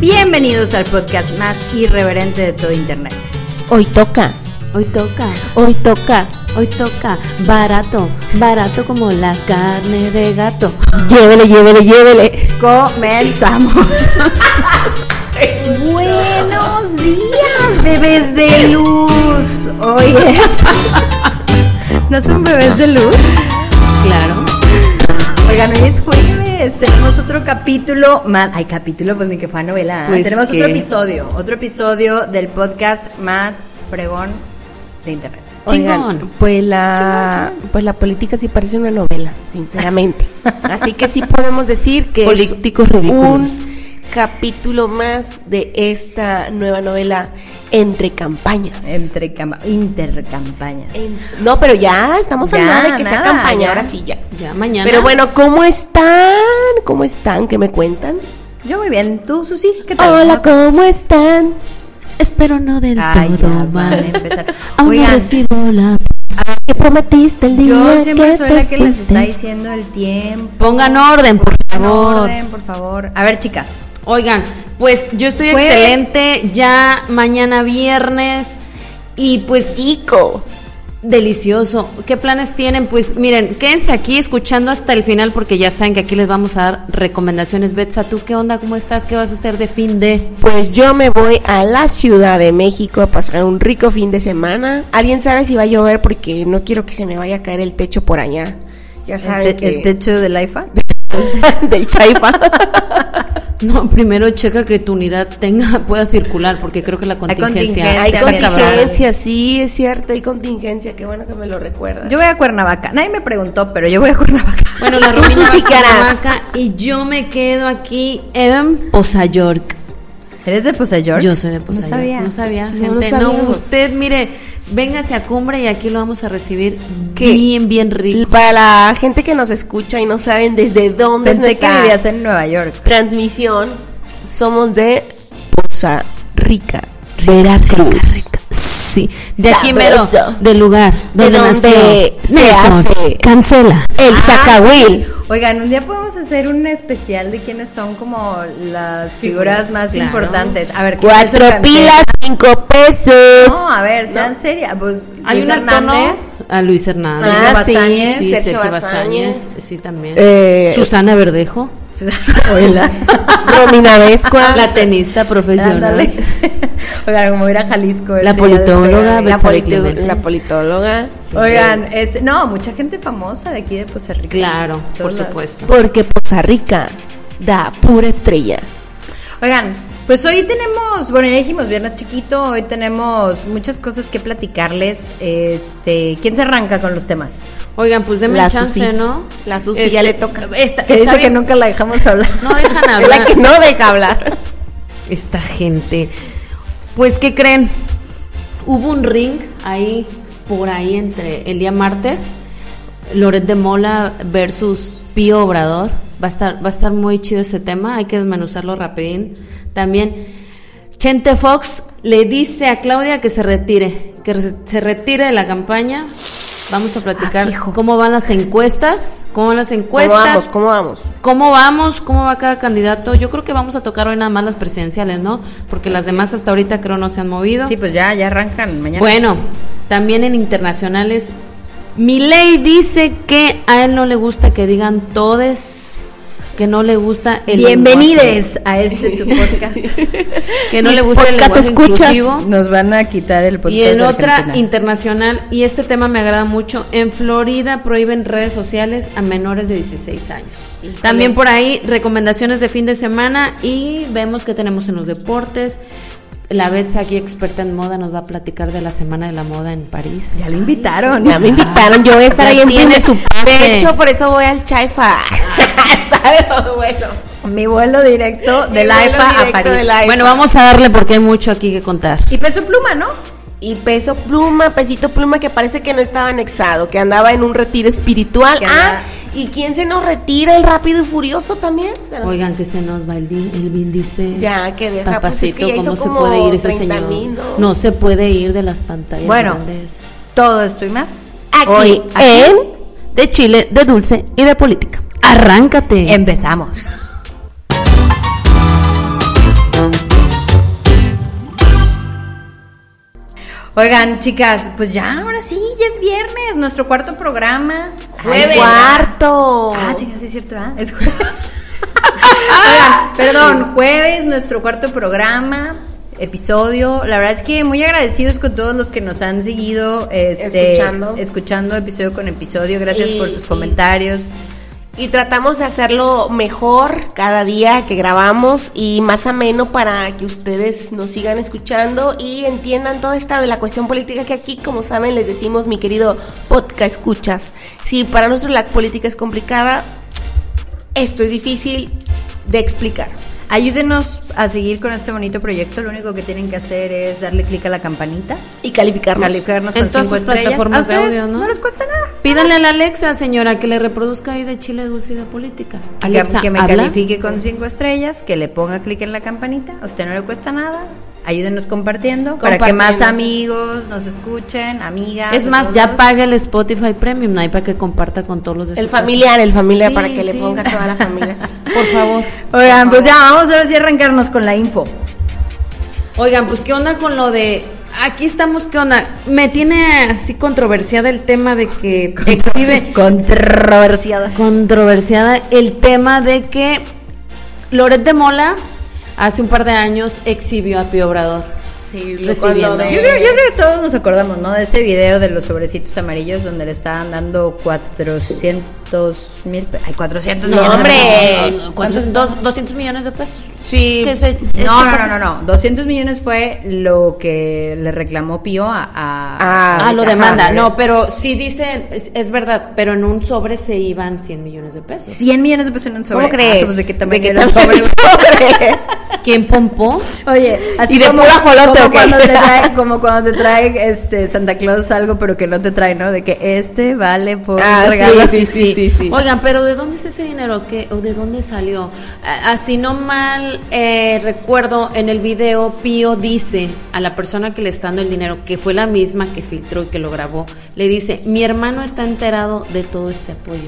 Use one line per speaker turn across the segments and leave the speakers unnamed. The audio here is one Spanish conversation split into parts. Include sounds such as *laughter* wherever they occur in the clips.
Bienvenidos al podcast más irreverente de todo Internet.
Hoy toca.
Hoy toca, hoy toca, hoy toca. Barato, barato como la carne de gato.
Llévele, llévele, llévele.
*laughs*
Comenzamos. Buenos días, bebés de luz. Hoy es. ¿No son bebés de luz?
Claro.
Oigan, hoy es jueves. Tenemos otro capítulo más. Ay, capítulo, pues ni que fue novela. ¿eh?
Pues
Tenemos
que-
otro episodio. Otro episodio del podcast más fregón de Internet.
Chingón.
Pues la, pues la política sí parece una novela, sinceramente. Así que sí podemos decir que
Políticos
es
ridículos.
un capítulo más de esta nueva novela entre campañas.
Entre cama- intercampañas.
Eh.
En- no, pero ya estamos
Ya,
hablando de que sea
nada,
campaña,
ya.
ahora sí ya.
Ya mañana.
Pero bueno, ¿cómo están? ¿Cómo están? ¿Qué me cuentan?
Yo muy bien. ¿Tú, Susi? ¿Qué tal?
Hola, ¿cómo están?
espero no del
Ay, ya
todo
van a
mal.
empezar.
Aún
Oigan.
no recibo la.
¿Qué prometiste el día
Yo siempre
que
soy
te
la que les
fuiste?
está diciendo el tiempo.
Pongan orden, por
Pongan
favor.
orden, por favor. A ver, chicas.
Oigan, pues yo estoy
Jueves.
excelente. Ya mañana viernes. Y pues
Chico.
Delicioso. ¿Qué planes tienen? Pues miren, quédense aquí escuchando hasta el final porque ya saben que aquí les vamos a dar recomendaciones. Betsa, ¿tú qué onda? ¿Cómo estás? ¿Qué vas a hacer de fin de? *laughs*
Pues yo me voy a la Ciudad de México a pasar un rico fin de semana. ¿Alguien sabe si va a llover? Porque no quiero que se me vaya a caer el techo por allá. Ya saben
El, te- el
que...
techo del IFA.
*laughs* del chaifa.
No, primero checa que tu unidad tenga pueda circular porque creo que la contingencia.
contingencia,
Hay
Se me acabó.
contingencia, sí, es cierto, hay contingencia. Qué bueno que me lo recuerdas.
Yo voy a Cuernavaca. Nadie me preguntó, pero yo voy a Cuernavaca. *laughs*
Bueno, la
Tú,
Romina
Susi,
va
¿qué
a
harás?
Cuernavaca y yo me quedo aquí en Poza York.
¿Eres de Poza York?
Yo soy de Poza
No
York.
sabía.
No sabía,
No lo
gente. No,
sabíamos.
usted, mire, véngase a cumbre y aquí lo vamos a recibir
¿Qué?
bien, bien rico.
Para la gente que nos escucha y no saben desde dónde es
Pensé que
nuestra
vivías en Nueva York.
transmisión, somos de Poza Rica, Veracruz.
Sí, de aquí mero,
Sabroso.
del lugar donde,
donde
nació
se hace.
Cancela.
El
Ah,
Zacahuil.
Oigan, un día podemos hacer un especial de quiénes son como las figuras más
claro.
importantes. A ver, ¿quién es el
Cuatro
cantante?
pilas, cinco pesos.
Pues,
No, a ver, sean serias. Pues,
Hay
Luis
un
Hernández.
*laughs* Hernández. A Luis Hernández.
Ah,
Sergio
sí,
Bazáñez,
sí,
Sergio
Sergio
Bazáñez.
Bazáñez. Sí, también.
Eh,
*laughs* Susana Verdejo.
Romina Vescua.
La tenista profesional.
Ándale.
*laughs*
*laughs* Oigan, como ir a Jalisco. a ver
La
si ya despegué.
politóloga, pues,
la,
Betsabe
politi-
Clemente.
la politóloga.
Oigan, este, no, mucha gente famosa de aquí de Poza Rica.
Claro, por
Todas las-
supuesto.
Porque Poza Rica da pura estrella.
Oigan, pues hoy tenemos, bueno, ya dijimos viernes chiquito, hoy tenemos muchas cosas que platicarles. Este, ¿quién se arranca con los temas?
Oigan, pues denme
La
chance,
Susi.
¿no?
La Susi ya le toca.
Esta,
Que
está
dice que
bien-
nunca la dejamos hablar.
No
*laughs*
dejan
Es la
hablar
que no deja hablar.
esta gente. Pues, ¿qué creen? Hubo un ring ahí, por ahí, entre el día martes. Loret de Mola versus Pío Obrador. Va a estar, va a estar muy chido ese tema. Hay que desmenuzarlo rapidín. También, Chente Fox le dice a Claudia que se retire. Que re- se retire de la campaña. Vamos a platicar
Ah, hijo.
cómo van las encuestas. ¿Cómo van las
¿Cómo
encuestas?
vamos? ¿Cómo vamos?
¿Cómo vamos? ¿Cómo va cada candidato? Yo creo que vamos a tocar hoy nada más las presidenciales, ¿no? Porque las demás hasta ahorita creo no se han movido.
Sí, pues ya, ya arrancan mañana.
bueno, también en internacionales, Milei dice que a él no le gusta que digan todes, que no le gusta el lenguaje,
Bienvenides a este su podcast.
que no
Mis
le gusta el
podcast
lenguaje
escuchas.
inclusivo.
*laughs* Nos van a quitar el podcast.
Y en
de
otra
Argentina.
internacional, y este tema me agrada mucho, en Florida prohíben redes sociales a menores de 16 años.
Híjole.
También por ahí recomendaciones de fin de semana y vemos que tenemos en los deportes. La Betsa aquí experta en moda nos va a platicar de la Semana de la Moda en París.
Ya le invitaron.
Ya me invitaron, yo voy a estar
Ya
ahí en
tiene su pase.
De hecho, por eso voy al Chaifa. *laughs* ¿Sabes lo bueno?
*laughs* Mi vuelo directo
Mi
del
vuelo
AIFA a
directo
París.
del AIFA.
Bueno, vamos a darle porque hay mucho aquí que contar.
Y peso pluma, ¿no?
Y peso pluma, pesito pluma, que parece que no estaba anexado, que andaba en un retiro espiritual.
Que
Ah,
andaba-
¿y quién se nos retira? El rápido y furioso también. Se nos-
Oigan, que se nos va el, di- el Vin Diesel.
Ya, que deja, pues, es
Papacito,
que ya hizo
¿cómo se
como
puede ir ese
30
señor?
mil, ¿no?
No se puede ir de las pantallas
Bueno.
grandes.
Todo esto y más.
Aquí,
Hoy, aquí
en
de Chile, de dulce y de
Em,
política. Arráncate.
empezamos. Oigan, chicas, pues ya, ahora sí, ya es viernes, nuestro cuarto programa.
Jueves. Cuarto.
Ah, chicas, sí es cierto, ¿ah? Es
*laughs*
jueves. Oigan, perdón, jueves, nuestro cuarto programa, episodio. La verdad es que muy agradecidos con todos los que nos han seguido este,
Escuchando.
escuchando episodio con episodio. Gracias
Y-
por sus
y-
comentarios.
Y tratamos de hacerlo mejor cada día que grabamos y más ameno para que ustedes nos sigan escuchando y entiendan toda esta de la cuestión política que aquí, como saben, les decimos, mi querido podcast escuchas. Si para nosotros la política es complicada, esto es difícil de explicar.
Ayúdenos a seguir con este bonito proyecto. Lo único que tienen que hacer es darle clic a la campanita,
Y calificarnos.
calificarnos
En
con
todas
cinco
sus
estrellas. A
plataformas de
ustedes
audio,
¿no?
¿no?
les cuesta nada.
Pídanle a la Alexa, señora, que le reproduzca ahí de chile dulce y de política.
Que-
Alexa,
que me
¿habla?
califique con cinco estrellas, que le ponga clic en la campanita. A usted no le cuesta nada. Ayúdenos compartiendo para que más
Compartiendo,
amigos nos escuchen, amigas.
Es
de
más,
todos
ya
lados.
pague el Spotify Premium, ¿no? Ahí para que comparta con todos
pues,
los de
El
su casa.
familiar, el familiar,
Sí,
para que le
sí.
ponga a toda la
*laughs*
familia. sí.
Por favor.
Oigan, pues ya vamos ahora sí a arrancarnos con la info.
Oigan, pues qué onda con lo de. Aquí estamos, ¿qué onda? Me tiene así controversiada el tema de que exhibe.
Controversiada.
Controversiada el tema de que Loret de Mola hace un par de años exhibió a Pío Obrador.
Sí,
lo- con lo de-
Yo creo, yo creo que todos nos acordamos, ¿no? De ese video de los sobrecitos amarillos donde le estaban dando 400 mil pesos. Ay, 400
No,
millones de
hombre.
pesos.
¿Cuántos? Dos- 200 millones de pesos.
Sí.
Que se-
No, no, no, no, no. 200 millones fue lo que le reclamó Pío a... a-
Ah,
Ah, lo
ajá,
demanda.
ajá.
No, pero sí dice, es, es verdad, pero en un sobre se iban 100 millones de pesos.
100 millones de pesos en un sobre.
¿Cómo
Ah,
crees?
pues, ¿De qué tamaño
¿De qué
era el
tamaño
sobre?
el *laughs*
*laughs*
sobre?
¿Quién pompó?
Oye, así
Y de
como,
puro ajolote,
como
¿o qué?
cuando te
*laughs*
trae, como cuando te trae este Santa Claus algo, pero que no te trae, ¿no? De que este vale por
Ah,
un regalo. *laughs*
Sí, sí, sí, sí.
Oigan, pero ¿de dónde es ese dinero? ¿Qué, ¿O de dónde salió? A- Así no mal eh, recuerdo, en el video Pío dice a la persona que le está dando el dinero, que fue la misma que filtró y que lo grabó, le dice, mi hermano está enterado de todo este apoyo.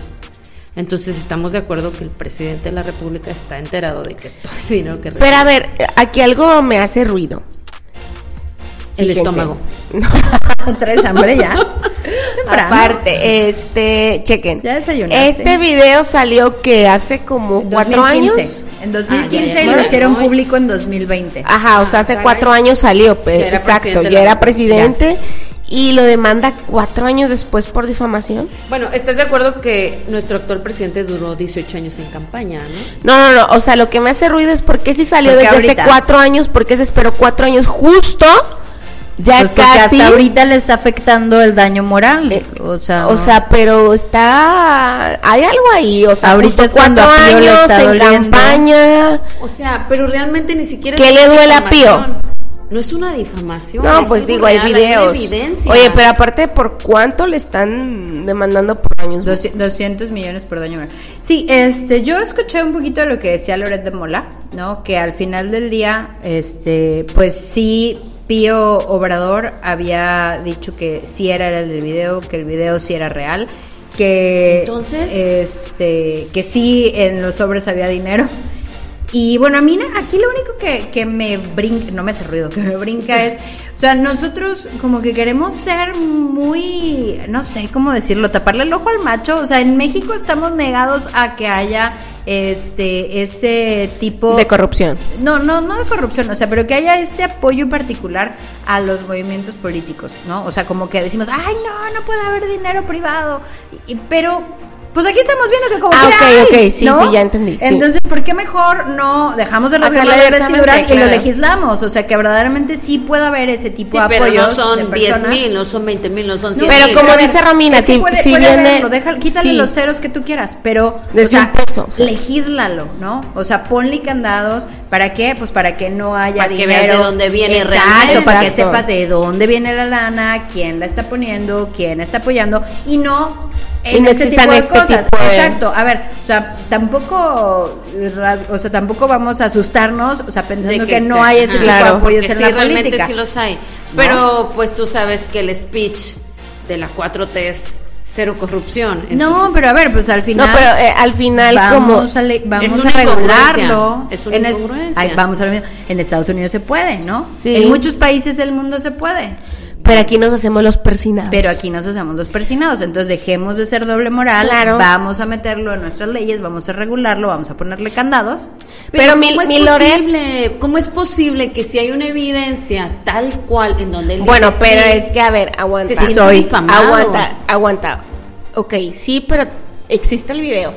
Entonces estamos de acuerdo que el presidente de la República está enterado de que todo ese dinero que recibe,
Pero a ver, aquí algo me hace ruido.
el
fíjense.
estómago.
Traes hambre
*laughs*
ya. Temprano.
Aparte, este, chequen.
Ah, Ya desayunaste.
Este video salió que hace como cuatro
2015.
años.
En 2015
Ah, ya, ya,
lo
ya.
hicieron
Ay.
público en 2020.
Ajá, o sea, hace cuatro años salió, pues,
Ya era
exacto,
presidente
ya
de la
era
República.
presidente y lo demanda cuatro años después por difamación.
Bueno, ¿estás de acuerdo que nuestro actual presidente duró 18 años en campaña, no?
No, no, no, o sea, lo que me hace ruido es por qué si salió
Porque
desde
ahorita.
hace cuatro años, por qué se esperó cuatro años justo, ya
Pues porque
casi.
hasta ahorita le está afectando el daño moral.
Eh,
o sea,
O sea, pero está. Hay algo ahí. O sea,
Ahorita
justo
es cuando
cuatro
a Pío le
años
está
en
doliendo.
campaña.
O sea, pero realmente ni siquiera.
¿Qué
es
le
una
duele a Pío?
difamación. No es una difamación.
No,
es
pues
algo
digo, hay
real,
videos.
evidencia.
Oye, pero aparte, ¿por cuánto le están demandando por años?
Doci- 200 millones por daño moral. Sí, este, yo escuché un poquito de lo que decía Loret de Mola, ¿no? Que al final del día, este, pues sí, Pío Obrador había dicho que sí era el del video, que el video sí era real, que
Entonces.
este, que sí en los sobres había dinero. Y bueno, a mí na- aquí lo único que, que me brinca, no me hace ruido, que me brinca es, o sea, nosotros como que queremos ser muy, no sé cómo decirlo, taparle el ojo al macho. O sea, en México estamos negados a que haya este, este tipo
de corrupción.
no, no, no de corrupción, o sea, pero que haya este apoyo en particular a los movimientos políticos, ¿no? O sea, como que decimos, ay, no, no puede haber dinero privado, y- y- pero, pues aquí estamos viendo que como
Ah,
quiera
ok,
hay,
ok, sí,
¿no?
sí, ya entendí, sí.
Entonces, ¿por qué mejor no dejamos de rasgar
Hacerlo
las
abiertamente,
vestiduras y lo
claro.
legislamos? O sea, que verdaderamente sí pueda haber ese tipo
Sí,
de
pero
apoyos
no son
de
10
personas.
mil, no son 20 mil, no son
No,
100
Pero
sí,
mil.
como
a ver,
dice Romina,
es que
si-
puede-
si
puede
viene-
haberlo, deja- quítale
sí.
los ceros que tú quieras, pero
Desde un peso, o sea.
legíslalo, ¿no? O sea, ponle candados, ¿para qué? Pues para que no haya
Para que
dinero.
veas de dónde viene
Exacto,
realmente.
para que
Exacto.
sepas de dónde viene la lana, quién la está poniendo, quién la está apoyando y no
Y
en
no
este
existan
tipo de
este
cosas.
tipo de-
Exacto, a ver, o sea, tampoco ra- o sea, tampoco vamos a asustarnos, o sea, pensando
De
que, no hay ese
ajá,
tipo de
claro,
apoyos
porque
en
sí,
la
realmente
política.
sí los hay. Pero pues tú sabes que el speech de la 4T es cero corrupción.
No,
entonces-
pero a ver, pues al final
No, pero eh, al final,
vamos
como.
a, le- vamos
una
a regularlo.
incongruencia, es una
En es-
incongruencia.
ay, vamos a lo mismo. En Estados Unidos se puede, ¿no?
Sí.
En muchos países del mundo se puede.
Pero Pero aquí nos hacemos los persinados.
Pero aquí nos hacemos los persinados, entonces dejemos de ser doble moral,
Claro.
vamos a meterlo en nuestras leyes, vamos a regularlo, vamos a ponerle candados.
Pero
Pero,
mi-
¿cómo, es
mi Loret-
posible, ¿cómo es posible que si hay una evidencia tal cual en donde él
Bueno,
dice,
pero
"Sí"?
es que, a ver, aguanta.
Se siente Soy. difamado.
Aguanta, aguanta. Ok, sí, pero existe el video.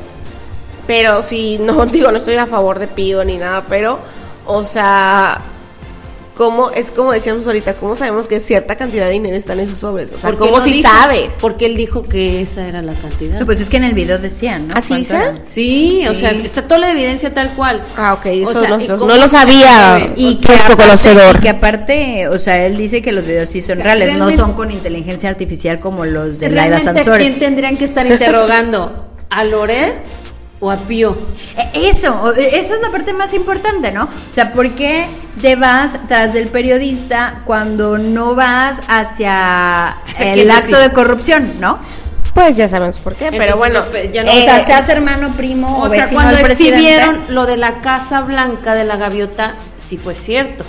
Pero si no, *laughs* digo, no estoy a favor de Pío ni nada, pero, o sea, como es como decíamos ahorita, ¿cómo sabemos que cierta cantidad de dinero está en esos sobres? O sea,
Porque
¿cómo
no
si
dijo-
sabes?
Porque él dijo que esa era la cantidad.
No, Pues es que en el video decían, ¿no?
¿Así
¿Cuánto
dice?
era?
sí, o
Sí.
sea, está toda la evidencia tal cual.
Ah, ok,
O
eso
sea,
no,
¿y
no-
cómo
no lo
se
sabía.
sabe?
Y que,
Puesto
aparte,
conocedor.
y que aparte, o sea, él dice que los videos sí son
O sea,
reales,
realmente-
no son con inteligencia artificial como los de Laida
¿Realmente a quién
Sansores.
tendrían que estar interrogando? ¿A Loret o a Pío?
Eh, Eso, o- eh, eso es la parte más importante, ¿no? O sea, ¿por qué te vas tras del periodista cuando no vas hacia,
Hacia
el
quien
acto
decide.
de corrupción, no?
Pues ya sabemos por qué, pero
Entonces,
bueno.
los pe- ya no-
o
Eh,
sea, seas hermano, primo
pues,
o,
O sea,
vecino
cuando
del presidente.
exhibieron lo de la Casa Blanca de la Gaviota, sí fue cierto.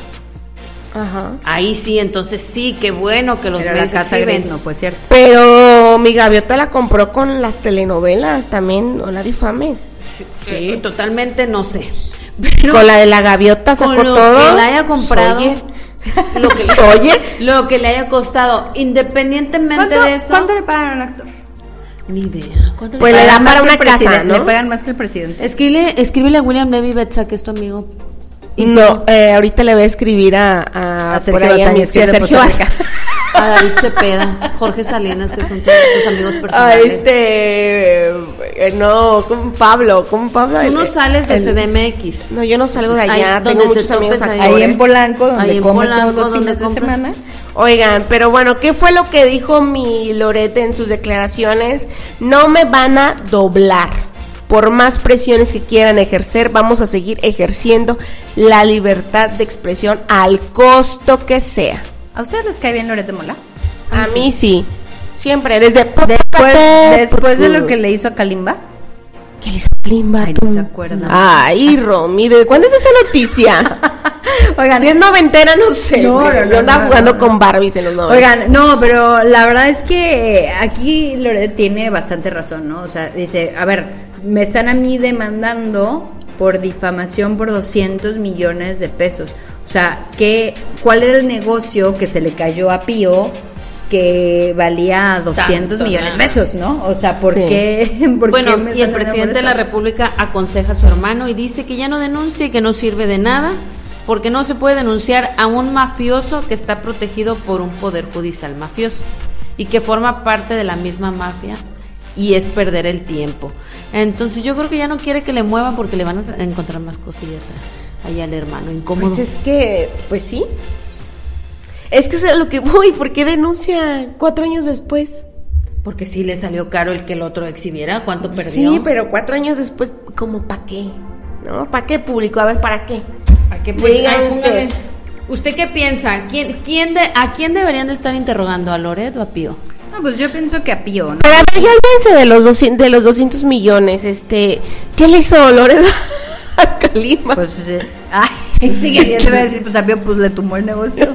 Ajá.
Ahí sí, entonces sí, qué bueno que los
Pero la
medios
casa
exhiben.
gris no fue cierto.
Pero mi gaviota la compró con las telenovelas también, no la difames.
Sí,
Sí.
eh, totalmente no sé. Pero
con la de la gaviota sacó
con lo
todo.
que la haya comprado,
Oye,
lo
*laughs*
que,
Oye.
lo que le haya costado, independientemente
¿Cuánto,
de eso,
cuánto le pagan al actor?
ni idea. ¿Cuánto le
Pues le
pagan?
dan
Más
para
que
una
el presidente,
casa, ¿no?
Le pagan más que el presidente.
Escríbele, escríbele a William Levy Betsa, que es tu amigo.
No, eh, ahorita le voy a escribir a, a,
A Sergio
por ahí a
Bazañez,
mi- sí,
que
a
es de
Sergio
Costa Rica.
Baza- *laughs*
A David Cepeda, Jorge Salinas, que son tus, tus amigos
A
personales.
este. eh, No, con Pablo, con Pablo.
Tú no
el-
sales de
el-
CDMX.
No, yo no salgo de
Pues Ahí,
allá,
donde
tengo
te
muchos amigos
topes ahí.
actores.
Ahí en Polanco, donde
Ahí en
comes
Polanco,
todos los
donde
fines de
compras.
semana.
Oigan, pero bueno, ¿qué fue lo que dijo mi Lorete en sus declaraciones? No me van a doblar. Por más presiones que quieran ejercer, vamos a seguir ejerciendo la libertad de expresión al costo que sea.
¿A ustedes les cae bien Loret de Mola?
A mí sí. Siempre, desde...
Pues, después de lo que le hizo a Kalimba.
¿Qué le hizo Kalimba,
Ay,
tú?
no se acuerda.
Ay, Romy, ¿de cuándo es esa
*laughs*
noticia?
Oigan,
si es noventera, no sé.
No,
güey.
no,
Yo
no,
andaba
no,
jugando
no.
con Barbies en los noventas.
Oigan, no, pero la verdad es que aquí Loret tiene bastante razón, ¿no? O sea, dice, a ver, me están a mí demandando por difamación por 200 millones de pesos. O sea, ¿qué, ¿cuál era el negocio que se le cayó a Pío que valía 200
Tanto,
millones de
nada.
pesos, no? O sea, ¿por
Sí.
qué? *laughs* por qué
Bueno,
me
y el
están
presidente de
demandando
la
por eso?
República aconseja a su hermano y dice que ya no denuncie, que no sirve de nada, porque no se puede denunciar a un mafioso que está protegido por un poder judicial mafioso y que forma parte de la misma mafia y es perder el tiempo. Entonces yo creo que ya no quiere que le muevan porque le van a encontrar más cosillas a- ahí al hermano incómodo.
Pues es que, pues sí. Es que es a lo que voy, ¿por qué denuncia cuatro años después?
porque sí le salió caro el que el otro exhibiera, cuánto perdió.
Sí, pero cuatro años después, ¿como para qué? ¿No? ¿Para qué público? A ver, ¿para qué?
¿A qué pues,
Diga
ay,
usted.
póngale. ¿Usted qué piensa? ¿Quién, quién de, ¿A quién deberían de estar interrogando? ¿A Loret o a Pío?
No, pues yo pienso que a Pío, ¿no?
Pero a ver, ya olvídense de los, 200, de los 200 millones, este, ¿qué le hizo Loreda *laughs* a Calima?
Pues, *laughs* eh, ay,
*laughs*
sí, yo te iba a decir, pues a Pío, pues le tumbó el negocio.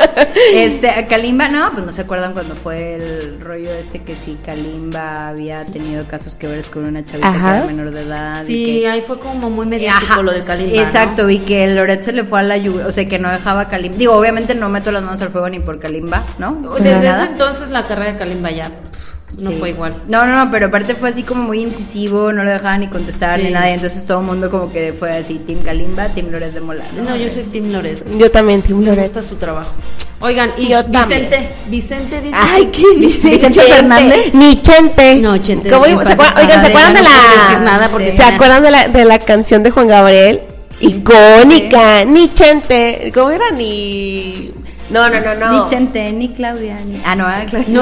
Este, a Kalimba, no, pues no se acuerdan cuando fue el rollo este que sí, Kalimba había tenido casos que ver con una chavita
Ajá.
que era menor Ah, de edad. y
Sí,
que-
ahí fue como muy
y
mediático
ajá,
lo de Kalimba. ¿no?
Exacto, y que Loret se le fue a la lluvia, o sea, que no dejaba a Kalimba. Digo, obviamente no meto las manos al fuego ni por Kalimba, ¿no?
Desde
Nada.
ese entonces la carrera de Kalimba ya pf, no
Sí.
fue igual.
No, no, no, pero aparte fue así como muy incisivo, no le dejaba ni contestar
Sí.
ni nada, y entonces todo el mundo como que fue así, Team Kalimba, Team Loret de Mola.
No, yo soy Tim Loret.
Yo también, Tim
Me
Loreda.
gusta su trabajo. Oigan, y
Yo también.
Vicente, Vicente dice...
Ay, ¿qué dice? *laughs*
Vicente Fernández?
Ni Chente.
No, Chente
¿Cómo
no
iba- ¿se
impacta
acuerdan- oigan, ¿se
nada
acuerdan
de
de
ella, no
la.
puede decir nada porque
¿Se
tenía-
acuerdan de la, de la canción de Juan Gabriel? Icónica. Ni Chente. ¿Cómo era? Ni. No, no, no, no.
Ni Chente, ni Claudia, ni. Ah, no, ah, Claudia.
No,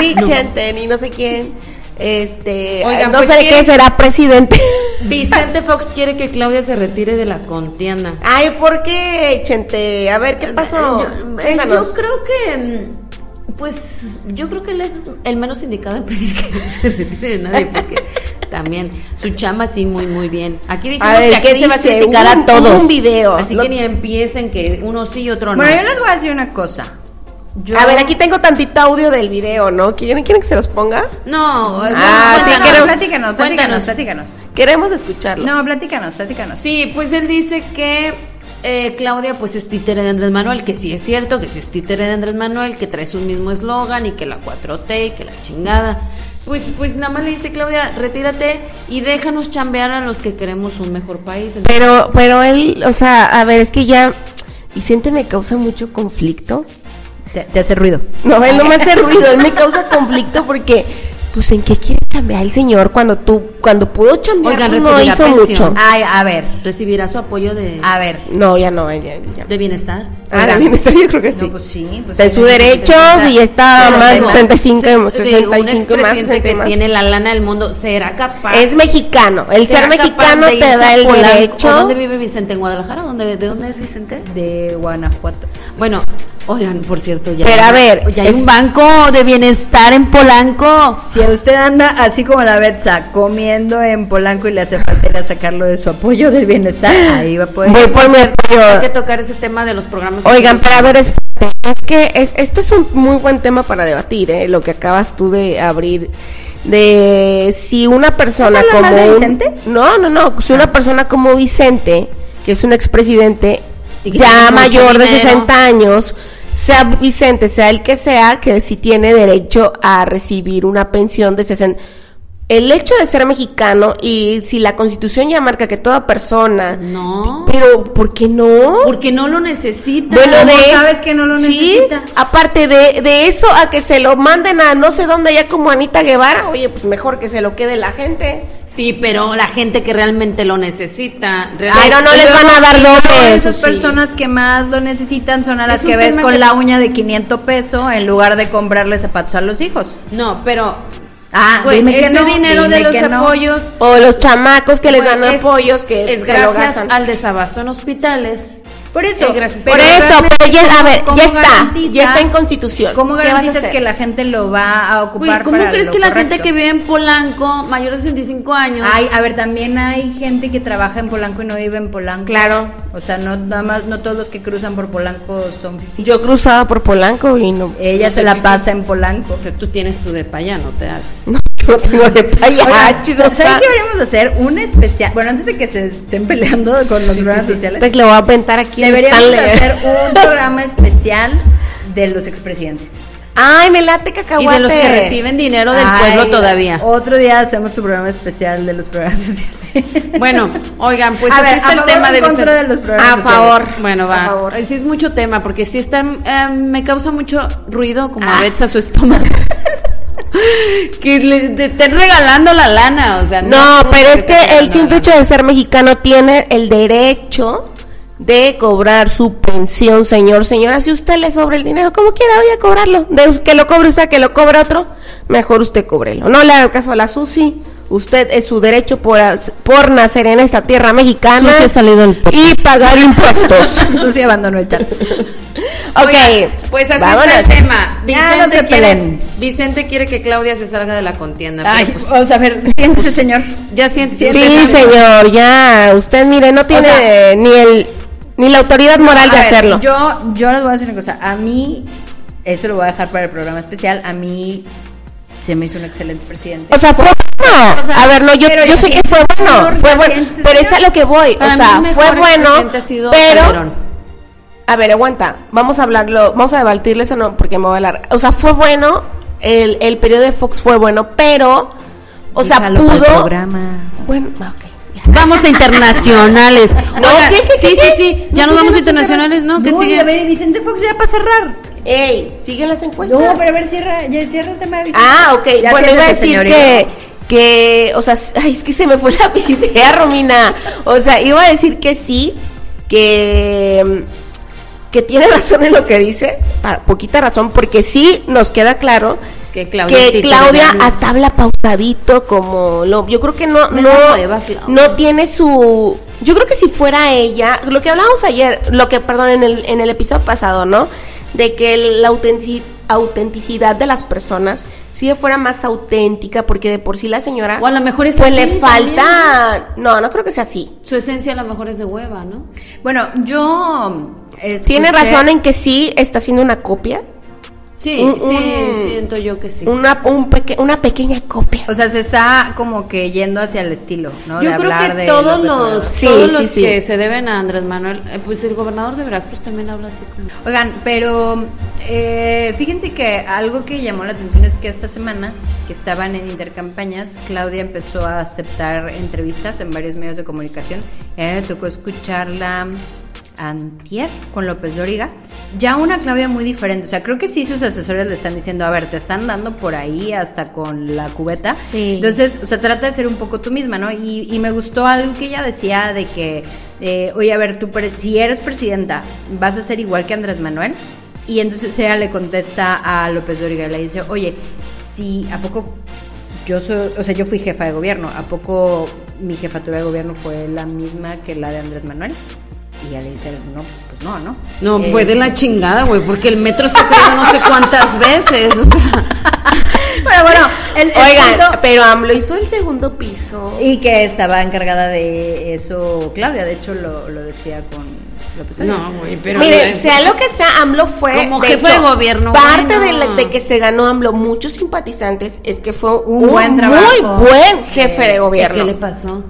*laughs* ni
no.
Chente, ni no sé quién. Este.
Oigan,
no
pues,
sé de
¿quién?
qué será presidente. *laughs*
Vicente Fox quiere que Claudia se retire de la contienda.
Ay, ¿por qué, Chente? A ver, ¿qué pasó?
Yo, eh,
Cuéntanos.
yo creo que. mm, Pues yo creo que él es el menos indicado en pedir que *laughs* se retire de nadie, porque
*laughs*
también su chamba sí muy, muy bien. Aquí dijimos
A ver,
que aquí
¿qué
se va a
dice?
criticar
Hubo
a
un-
todos.
hubo un video.
Así
Lo-
que ni empiecen que uno sí y otro no.
Bueno, yo les voy a decir una cosa. Yo-
A ver, aquí tengo tantito audio del video, ¿no? ¿Quieren, quieren que se los ponga?
No, bueno,
Ah, sí,
Cuéntanos,
queremos-
platícanos, platícanos,
cuéntanos.
platícanos.
Queremos escucharlo.
No, platícanos, platícanos.
Sí, pues él dice que eh, Claudia pues es títere de Andrés Manuel, que sí es cierto, que sí es títere de Andrés Manuel, que trae su mismo eslogan y que la 4T y que la chingada. Pues, pues nada más le dice Claudia, retírate y déjanos chambear a los que queremos un mejor país.
Pero, pero él, o sea, a ver, es que ya Vicente me causa mucho conflicto.
Te, te hace ruido.
No, él no me hace ruido, él me causa conflicto porque, pues, ¿en qué quiere chambear el señor cuando tú, cuando pudo chambear,
Oigan,
no
recibirá
hizo
pensión. Ah.
mucho?
Ay, a ver,
Recibirá su apoyo de,
a ver.
No, ya no, ya, ya.
de bienestar.
Ah, la bienestar yo creo que sí.
No, pues sí. pues
Está en
sí,
su
sí, sí,
derecho
sí, sí,
y está
Pero
más
digo,
65, más
se- digo, un
65 más,
expresidente
60
que
más.
tiene la lana del mundo será capaz.
Es mexicano, el ser
será capaz
mexicano
de
te
irse
da
a
el
Polanco. ¿O
derecho.
¿Dónde vive Vicente? ¿En Guadalajara? ¿Dónde, ¿De dónde es Vicente?
De Guanajuato.
Bueno, oigan, por cierto, ya.
Pero a ver,
ya hay
es-
un banco de bienestar en Polanco.
Si usted anda así como la Betsa, comiendo en Polanco y le hace falta ir a sacarlo de su apoyo del bienestar, ahí va a poder.
Voy por mi
Hay Pues que
apoyo.
tocar ese tema de los programas.
Oigan,
sociales.
pero a ver, es, es que es- esto es un muy buen tema para debatir, ¿eh? lo que acabas tú de abrir. De si una persona
¿Vas a hablar
como.
mal de
un-
Vicente?
no, no, no. Si
Ah.
una persona como Vicente, que es un expresidente
Y que
ya
tiene mucho
mayor de
dinero.
60 años, sea Vicente, sea el que sea, que si tiene derecho a recibir una pensión de 60. El hecho de ser mexicano y si la constitución ya marca que toda persona.
No.
Pero, ¿por qué no?
Porque no lo necesitan.
Bueno, de eso-
sabes que no lo
sí,
necesita?
aparte de, de eso a que se lo manden a no sé dónde ya como Anita Guevara, oye, pues mejor que se lo quede la gente.
Sí, pero la gente que realmente lo necesita. realmente-
Pero no les van a dar doble.
esas
eso sí.
personas que más lo necesitan son a las
Es un
que ves
tema
con
que-
la uña de 500 pesos en lugar de comprarle zapatos a los hijos.
No, pero.
Ah,
güey,
dime que
ese
no,
dinero
dime
de los
que no.
apoyos.
O los chamacos que les
Pues
güey,
dan
es-
apoyos que
Es
se lo
gracias
gastan.
al desabasto en hospitales.
Por eso,
Eh, gracias.
Por
pero
eso,
realmente,
pero ya, a ver,
¿cómo
ya está, ya está en
garantizas-
constitución.
¿Cómo
¿Qué vas a
garantizas
hacer?
que la gente lo va a
Güey,
ocupar?
¿Cómo
para
crees
lo
que la
correcto?
gente que vive en Polanco, mayor de 65 años,
Ay, a ver, también hay gente que trabaja en Polanco y no vive en Polanco.
Claro.
O sea, no nada más, no todos los que cruzan por Polanco son fifís.
Yo cruzaba por Polanco y no.
Ella
No
se
soy
la
fifí.
pasa en Polanco.
o sea, tú tienes tu depa ya, no te hagas.
*laughs* No, yo tengo de
ah,
payachis, o
¿Sabes
sea,
qué deberíamos hacer? Un especial. Bueno, antes de que se estén peleando con los programas
Pues,
sociales,
te lo voy a aventar aquí. en
deberíamos
Stanley.
hacer
*laughs*
un programa especial de los expresidentes.
Ay, me late
Y
cacahuate.
de los que reciben dinero del pueblo
Ay,
todavía.
Otro día hacemos tu programa especial de los programas
Oh.
sociales.
Bueno, oigan,
*laughs*
pues
A
así
ver,
está
a
el
favor
tema
o en
de Ah,
contra
Vicente.
de los programas
A
sociales?
favor.
Bueno,
Por
va.
favor.
Ay, Sí, es mucho tema, porque sí está. eh, me causa mucho ruido, como
Ah.
a veces a
*laughs*
su estómago. *laughs* que le te estén regalando la lana, o sea.
No,
tú
pero es
te estén
que el
regalando
simple
la
hecho de ser mexicano tiene el derecho de cobrar su pensión, señor, señora. Si usted le sobra el dinero, como quiera, vaya a cobrarlo. De que lo cobre usted, que lo cobre otro, mejor usted cóbrelo. No le haga caso a la SUSI. Usted es su derecho por, as- por nacer en esta tierra mexicana
Susi ha salido del
y
*laughs*
pagar impuestos.
Susi abandonó el chat.
Ah,
ok,
Oigan, pues así está el
vámonos.
tema.
Ya
Vicente,
no se
quiere,
peleen.
Vicente quiere que Claudia se salga de la contienda. pero
Ay,
pues,
vamos a ver, siéntese, señor.
ya siente.
Sí,
siente-
señor, ya. Usted, mire, no tiene
sea,
ni el ni la autoridad moral de
A ver,
hacerlo.
Yo, yo les voy a decir una cosa. A mí, eso lo voy a dejar para el programa especial. A mí se me hizo un excelente presidente.
O sea, fue bueno.
O sea,
a ver, no, yo,
pero
yo
es
sé
que
que fue
es
bueno.
mejor
Fue
que
bueno.
Sánchez,
Pero
señor.
es a lo que voy.
Para
o
mí
sea,
el
fue
mejor
bueno.
expresidente ha sido
Pero.
Calderón.
A ver, aguanta. Vamos a hablarlo. Vamos a debatirlo eso no, porque me voy a hablar. O sea, fue bueno. El, el periodo de Fox fue bueno, pero. O sea,
Déjalo para el
pudo.
programa.
Bueno, ok.
Vamos a internacionales.
No,
Oigan,
¿qué, qué,
sí,
qué,
sí,
qué?
sí. Ya
No,
nos vamos
no,
a internacionales, ¿no? Que
No, y
sigue.
a ver, y Vicente Fox ya para cerrar.
Ey, sigue las encuestas.
No, pero a ver, cierra, ya cierra el tema de Vicente.
Pues Ah, ok.
Ya
bueno, iba
siéntese,
a decir
señor,
que, que, o sea, s- ay, es que se me fue la *laughs* idea, Romina. O sea, iba a decir que sí, que, mm, que tiene *laughs* razón en lo que dice, pa- poquita razón, porque sí nos queda claro
Que Claudia es
que
títere
Claudia
de la-
hasta habla pausadito, como lo, yo creo que no,
Me
no,
da hueva, Claudia.
no tiene su yo creo que si fuera ella lo que hablábamos ayer lo que perdón en el en el episodio pasado no de que la autentici- autenticidad de las personas si ella fuera más auténtica porque de por sí la señora
O a lo mejor es
pues
así
le
también.
falta no no creo que sea así
Su esencia a lo mejor es de hueva, ¿no?
Bueno, yo. mm, escuché-
Pues
tiene razón en que sí está haciendo una copia
Sí,
Un-
sí,
un-
siento yo que sí.
Una, un peque- una pequeña copia.
O sea, se está como que yendo hacia el estilo, ¿no?
Yo
de
creo
hablar
que
de
todos
López
los,
Obrador.
Sí,
todos
sí,
los
sí.
que se deben a Andrés Manuel, eh, pues el gobernador de Veracruz también habla así como...
Oigan, pero eh, fíjense que algo que llamó la atención es que esta semana que estaban en intercampañas, Claudia empezó a aceptar entrevistas en varios medios de comunicación. Eh, me tocó escucharla antier con López Dóriga. Ya una Claudia muy diferente. O sea, creo que sí sus asesores le están diciendo, a ver, te están dando por ahí hasta con la cubeta.
Sí.
Entonces, entonces, o sea, trata de ser un poco tú misma, ¿no? Y, y me gustó algo que ella decía de que, eh, oye, a ver, tú pre- si eres presidenta, ¿vas a ser igual que Andrés Manuel? Y entonces ella le contesta a López Dóriga y le dice, oye, si a poco yo soy, o sea, yo fui jefa de gobierno, ¿a poco mi jefatura de gobierno fue la misma que la de Andrés Manuel? Y ella le dice, no, pues no, ¿no?
No,
Eh,
fue de la chingada, güey, porque el metro se creó no sé cuántas veces. O sea,
*laughs* Pero bueno, el, el
Oigan,
punto-
pero AMLO hizo el segundo piso.
Y que estaba encargada de eso Claudia, de hecho lo, lo decía con López Obrador.
no, güey, pero...
Miren, sea lo que sea, AMLO fue
Como jefe de gobierno,
Parte
bueno.
de, la- de que se ganó AMLO muchos simpatizantes es que fue un,
Un buen trabajo.
muy buen jefe de
¿Y
gobierno.
¿Qué le pasó?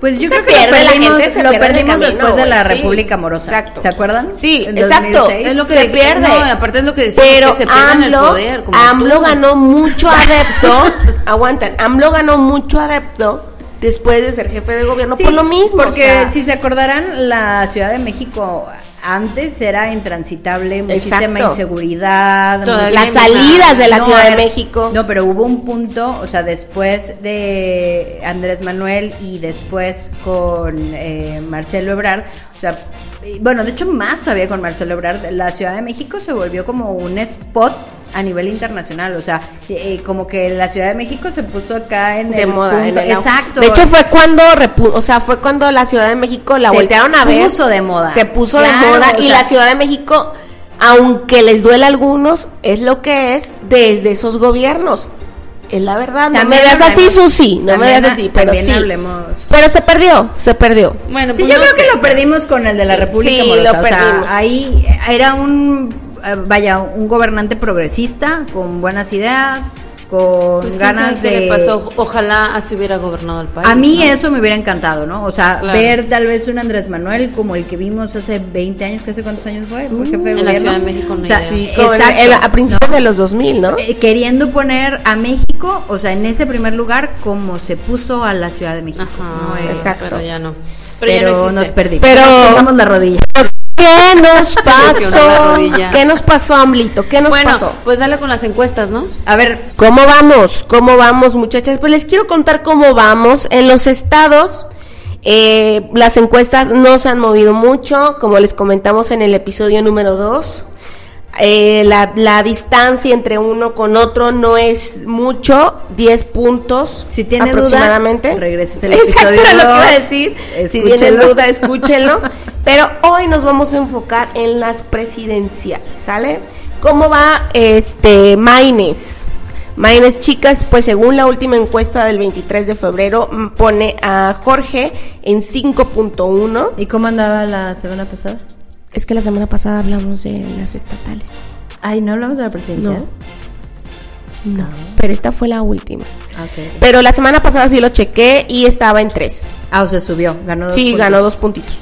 Pues yo
Se
creo que lo
pierde, la
perdimos,
gente se
lo
pierde en el
perdimos
camino,
después de la
güey, sí.
República Amorosa.
Exacto.
¿Se acuerdan?
Sí,
En
exacto.
2006.
Es lo que
se
le-
pierde.
no, aparte es lo que decimos,
pero
que se pierdan el
AMLO,
poder, como
AMLO
tú.
ganó mucho adepto. aguantan, AMLO ganó mucho adepto después de ser jefe de gobierno
Sí,
por lo mismo.
Porque
o sea,
si se acordarán, la Ciudad de México antes era intransitable, muchísima
Exacto.
inseguridad,
Todavía
mucha-
las salidas de la
No,
Ciudad
a
de
ver,
México.
No, pero hubo un punto, o sea, después de Andrés Manuel y después con eh, Marcelo Ebrard, o sea, y bueno, de hecho más todavía con Marcelo Ebrard, la Ciudad de México se volvió como un spot a nivel internacional, o sea, eh, como que la Ciudad de México se puso acá en
de
el
moda.
punto-
en el au-
exacto.
De hecho, fue cuando, repu- o sea, fue cuando la Ciudad de México la
Se
voltearon a ver.
puso de moda.
Se puso de
Claro,
moda.
o
Y
sea-
la Ciudad de México, aunque les duele a algunos, es lo que es desde esos gobiernos. Es la verdad. No me
También
veas así,
hablemos-
Susi. No me
también
veas
ha-
así, pero
también
sí.
hablemos.
Pero se perdió, se perdió.
Bueno,
Sí,
pues
yo
no
creo
sé.
que lo perdimos con el de la República
Sí,
Amorosa.
lo
o sea,
perdimos.
ahí era un, eh, vaya, un gobernante progresista, con buenas ideas, con
Pues, ¿quién
ganas
sabe
de...
qué le pasó? Ojalá así hubiera gobernado el país.
A mí
¿no?
eso me hubiera encantado, ¿no? O sea,
Claro.
ver tal vez un Andrés Manuel como el que vimos hace 20 años, que hace cuántos años fue, fue jefe de
Mm, en la
gobierno.
Ciudad de México, no
O sea,
idea.
Sí, como en-
exacto,
en- a principios
¿no?
de los 2000, ¿no?
Eh, queriendo poner a México, o sea, en ese primer lugar, como se puso a la Ciudad de México.
Ajá,
¿no? Eh,
exacto.
Pero ya no. Pero, ya
Pero,
no existe.
nos perdimos.
Pero-
Nos tocamos la rodilla. *laughs*
¿Qué nos
lesionó la
pasó?
rodilla.
¿Qué nos pasó, Amlito? ¿Qué nos
Bueno,
pasó?
pues dale con las encuestas, ¿no?
A ver,
¿Cómo vamos? ¿Cómo vamos, muchachas? Pues les quiero contar cómo vamos. En los estados, eh, las encuestas no se han movido mucho, como les comentamos en el episodio número 2. la, la distancia entre uno con otro no es mucho, 10 puntos
Si tiene duda,
aproximadamente.
regreses al
Exacto,
episodio
era lo que iba a
dos.
decir. Si tienen
Escúchenlo.
duda, escúchenlo. Pero hoy nos vamos a enfocar en las presidenciales, ¿sale? ¿Cómo va este Maines? Maines, chicas, pues según la última encuesta del 23 de febrero, mm, pone a Jorge en 5.1.
¿Y cómo andaba la semana pasada?
Es que la semana pasada hablamos de las estatales.
Ay, ¿no hablamos de la presidencial?
No. Pero esta fue la última.
Ah, ok.
Pero la semana pasada sí lo chequé y estaba en 3.
Ah, o sea, subió, ganó dos
Sí,
puntos.
ganó dos puntitos.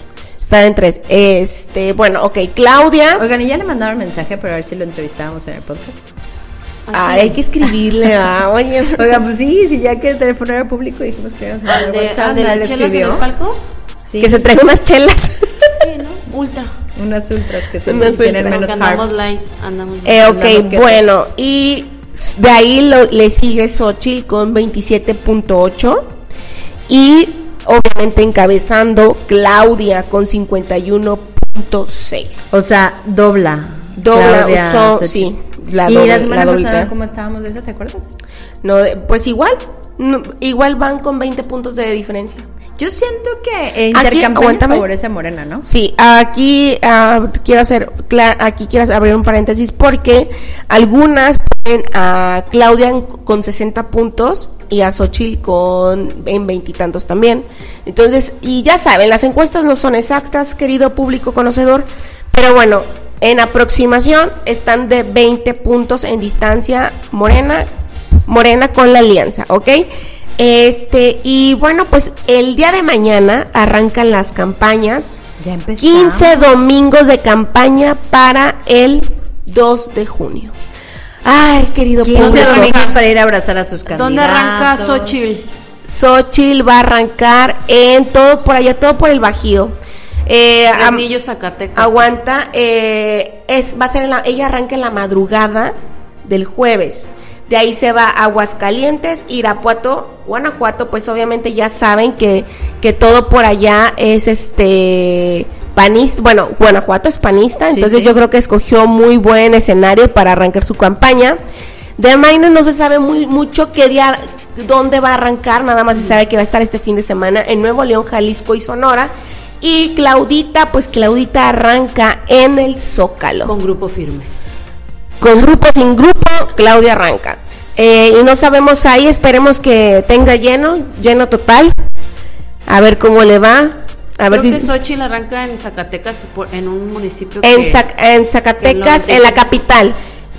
Estaba en 3. Este, bueno, ok, Claudia.
Oigan, ¿y ya le mandaron mensaje para ver si lo entrevistábamos en el podcast?
Ay, hay que escribirle, ah, *laughs* oye.
Oigan, pues sí, sí, ya que el teléfono era público dijimos que íbamos a
¿Al Ah, de,
WhatsApp,
ah,
al de
nadie
las
le
chelas en el
escribió.
palco?
Sí,
Que se traiga
*laughs*
unas chelas.
Sí, ¿no? Ultra.
unas ultras que son,
Unas ultras.
tienen menos
Porque andamos
carbs.
light, andamos light.
Eh,
Andamos
ok,
que-
bueno, y de ahí lo- le sigue Xochitl con 27.8 y obviamente encabezando Claudia con 51.6.
O sea, dobla.
Dobla,
Claudia
usó-
Xochitl.
sí, la
y
doble-
la
la
semana
doble
pasada,
cara.
¿cómo estábamos de esa? ¿Te acuerdas?
No, eh, pues igual, no, igual van con 20 puntos de diferencia.
Yo siento que eh,
Aquí,
intercampañas
aguántame.
favorece a Morena, ¿no?
Sí, aquí ah, quiero hacer cla- aquí quiero abrir un paréntesis porque algunas ponen a Claudia en- con 60 puntos y a Xochitl con en veintitantos también. Entonces, y ya saben, las encuestas no son exactas, querido público conocedor, pero bueno, En aproximación están de 20 puntos en distancia Morena, Morena con la alianza, ¿ok? Este, y bueno, pues el día de mañana arrancan las campañas.
Ya empezó.
15 domingos de campaña para el 2 de junio. Ay, querido
15
público.
domingos para ir a abrazar a sus candidatos.
¿Dónde arranca Xochitl?
Xochitl va a arrancar en todo por allá, todo por el Bajío. Eh, am-
Anillo Zacatecas.
aguanta, eh, es, va a ser en la- ella arranca en la madrugada del jueves. De ahí se va a Aguascalientes, Irapuato, Guanajuato, pues obviamente ya saben que, que todo por allá es este panista, bueno, Guanajuato es panista,
Sí,
entonces
sí.
yo creo que escogió muy buen escenario para arrancar su campaña. De Maine no se sabe muy mucho qué día, dónde va a arrancar, nada más
Mm.
se sabe que va a estar este fin de semana en Nuevo León, Jalisco y Sonora. Y Claudita, pues Claudita arranca en el Zócalo.
Con grupo firme.
Con grupo, sin grupo, Claudia arranca. Eh, y no sabemos ahí, esperemos que tenga lleno, lleno total. A ver cómo le va. A ver
Creo
si.
que Xochitl arranca en Zacatecas, por- en un municipio
en,
que...
Zac- en Zacatecas,
que no-
en la capital.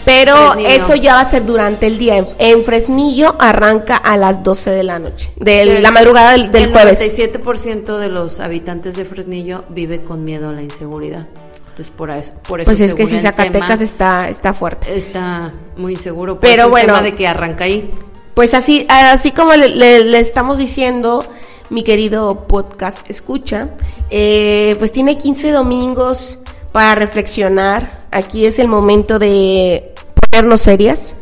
Pero
Fresnillo.
eso ya va a ser durante el día. En, en Fresnillo arranca a las 12 de la noche, de
que
la madrugada del, del
el
jueves.
97% de los habitantes de Fresnillo vive con miedo a la inseguridad. Entonces, por, eso- por eso
Pues es que
según
si
el
Zacatecas
tema,
está, está fuerte.
está muy inseguro. por
Pero
eso el
bueno.
tema de que arranca ahí.
Pues así, así como le, le- le estamos diciendo, mi querido podcast escucha, eh, pues tiene 15 domingos para reflexionar. Aquí es el momento de ponernos serias.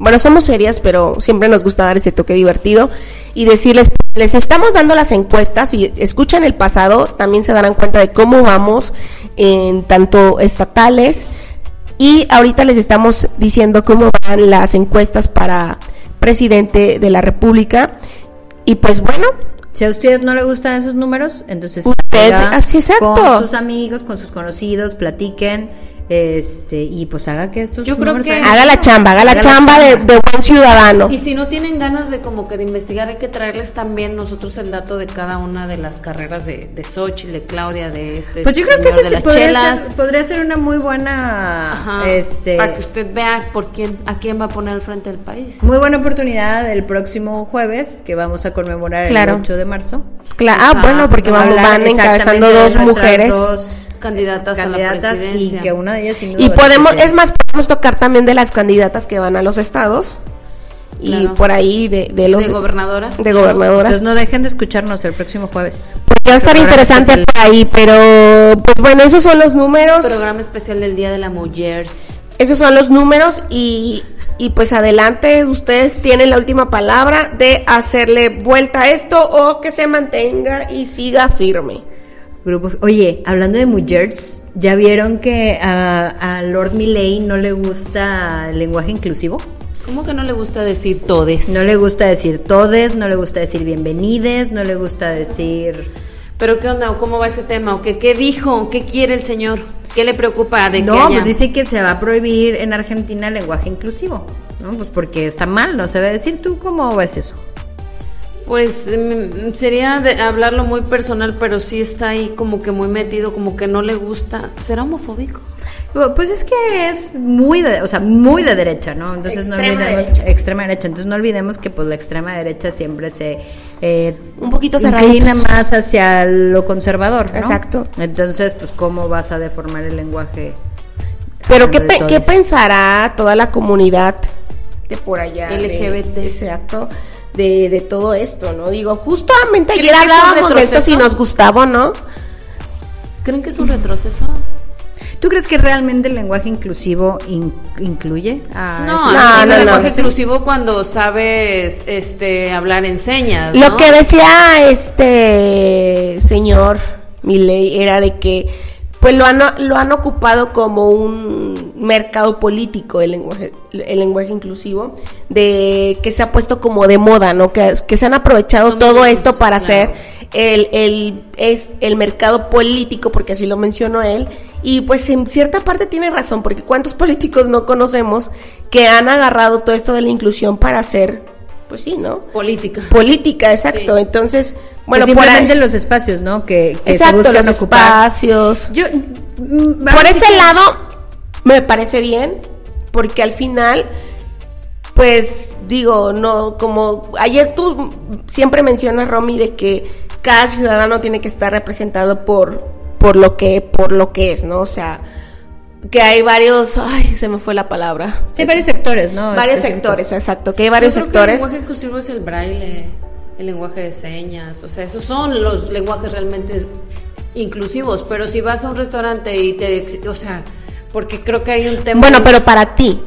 Bueno, somos serias, pero siempre nos gusta dar ese toque divertido y decirles, les estamos dando las encuestas y escuchan el pasado, también se darán cuenta de cómo vamos en tanto estatales y ahorita les estamos diciendo cómo van las encuestas para presidente de la República. Y pues bueno,
Si a usted no le gustan esos números, entonces
Usted,
haga
así, exacto.
con sus amigos, con sus conocidos, platiquen, este, y pues haga que estos
Yo creo
números
que-
hagan-
haga la chamba, haga la chamba de, de buen ciudadano.
Y si no tienen ganas de como que de investigar, hay que traerles también nosotros el dato de cada una de las carreras de, de Xochitl, de Claudia, de este
Pues yo creo que
señor
ese
de
sí
las
podría
chelas.
ser, podría ser una muy buena
Ajá, pues,
este
para que usted vea por quién, a quién va a poner al frente del país.
muy buena oportunidad el próximo jueves que vamos a conmemorar
Claro.
el 8 de marzo.
Cla- ah,
Ajá,
bueno, porque
Va a
vamos,
hablar
van
exactamente
encabezando
de
dos
nuestras
mujeres.
dos
Candidatas, a la
candidatas y
presidencia.
que una de ellas sin duda
Y
va a ser
podemos, es
presidenta.
más, podemos tocar también de las candidatas que van a los estados. Y
Claro.
por ahí de, de los...
De gobernadoras.
De gobernadoras.
Entonces no dejen de escucharnos el próximo jueves.
va a estar
Programa
interesante
especial.
por ahí, pero pues bueno, esos son los números.
Programa especial del Día de la Mujer.
Esos son los números y, y pues adelante, ustedes tienen la última palabra de hacerle vuelta a esto o que se mantenga y siga firme.
Grupo. Oye, hablando de mujeres, ¿ya vieron que a, a Lord Milley no le gusta el lenguaje inclusivo?
¿Cómo que no le gusta decir todes?
No le gusta decir todes, no le gusta decir bienvenides, no le gusta decir...
¿Pero qué onda? ¿O ¿Cómo va ese tema? ¿O qué, qué dijo? ¿Qué quiere el señor? ¿Qué le preocupa de que
No,
haya-
pues dice que se va a prohibir en Argentina el lenguaje inclusivo, ¿no? Pues porque está mal, no se debe decir. ¿Tú cómo ves eso?
Pues mm, sería de hablarlo muy personal, pero sí está ahí como que muy metido, como que no le gusta. ¿Será homofóbico?
Bueno, Pues es que es muy de, o sea, muy de derecha, ¿no? Entonces no
Extrema
olvidemos
derecha.
extrema derecha, entonces no olvidemos que pues la extrema derecha siempre se eh,
Un poquito
inclina
cerraditos.
más hacia lo conservador, ¿no?
Exacto.
Entonces, pues cómo vas a deformar el lenguaje?
Pero
hablando
¿qué,
de
pe-
todes?
¿qué pensará toda la comunidad de por allá? de-
LGBT.
exacto. De, de todo esto, ¿no? Digo, justamente ayer
¿Creen que es un
hablábamos de esto
retroceso?
si nos gustaba o no.
¿Creen que es un retroceso?
¿Tú crees que realmente el lenguaje inclusivo in- incluye a
No,
esos-
Ah, no,
no,
no,
el lenguaje
no.
inclusivo cuando sabes este hablar en señas,
Lo
¿no?
que decía este señor Milley era de que pues lo han, lo han ocupado como un mercado político el lenguaje, el lenguaje inclusivo, de que se ha puesto como de moda, ¿no? Que, que se han aprovechado
Son
todo
mismos,
esto para
claro.
hacer el, el, es el mercado político, porque así lo mencionó él, y pues en cierta parte tiene razón, porque cuántos *laughs* políticos no conocemos que han agarrado todo esto de la inclusión para hacer, pues sí, ¿no?
política.
política, exacto.
Sí.
Entonces,
Bueno,
bueno, por ahí-
Pues simplemente los espacios, ¿no? Que, que se
exacto,
buscan
los
ocupar.
espacios.
Yo, mm,
Por
ahora sí
ese
que-
lado, me parece bien, porque al final, pues digo, no, como ayer tú siempre mencionas, Romy, de que cada ciudadano tiene que estar representado por, por, lo, que, por lo que es, ¿no? O sea, que hay varios, ay, se me fue la palabra.
Sí, hay varios sectores, ¿no?
Varios sectores, exacto, que hay varios
Yo creo que
sectores.
el lenguaje inclusivo es el braille, el lenguaje de señas, o sea, esos son los lenguajes realmente inclusivos, pero si vas a un restaurante y te, ex- o sea, porque creo que hay un tema
Bueno,
de-
pero para ti.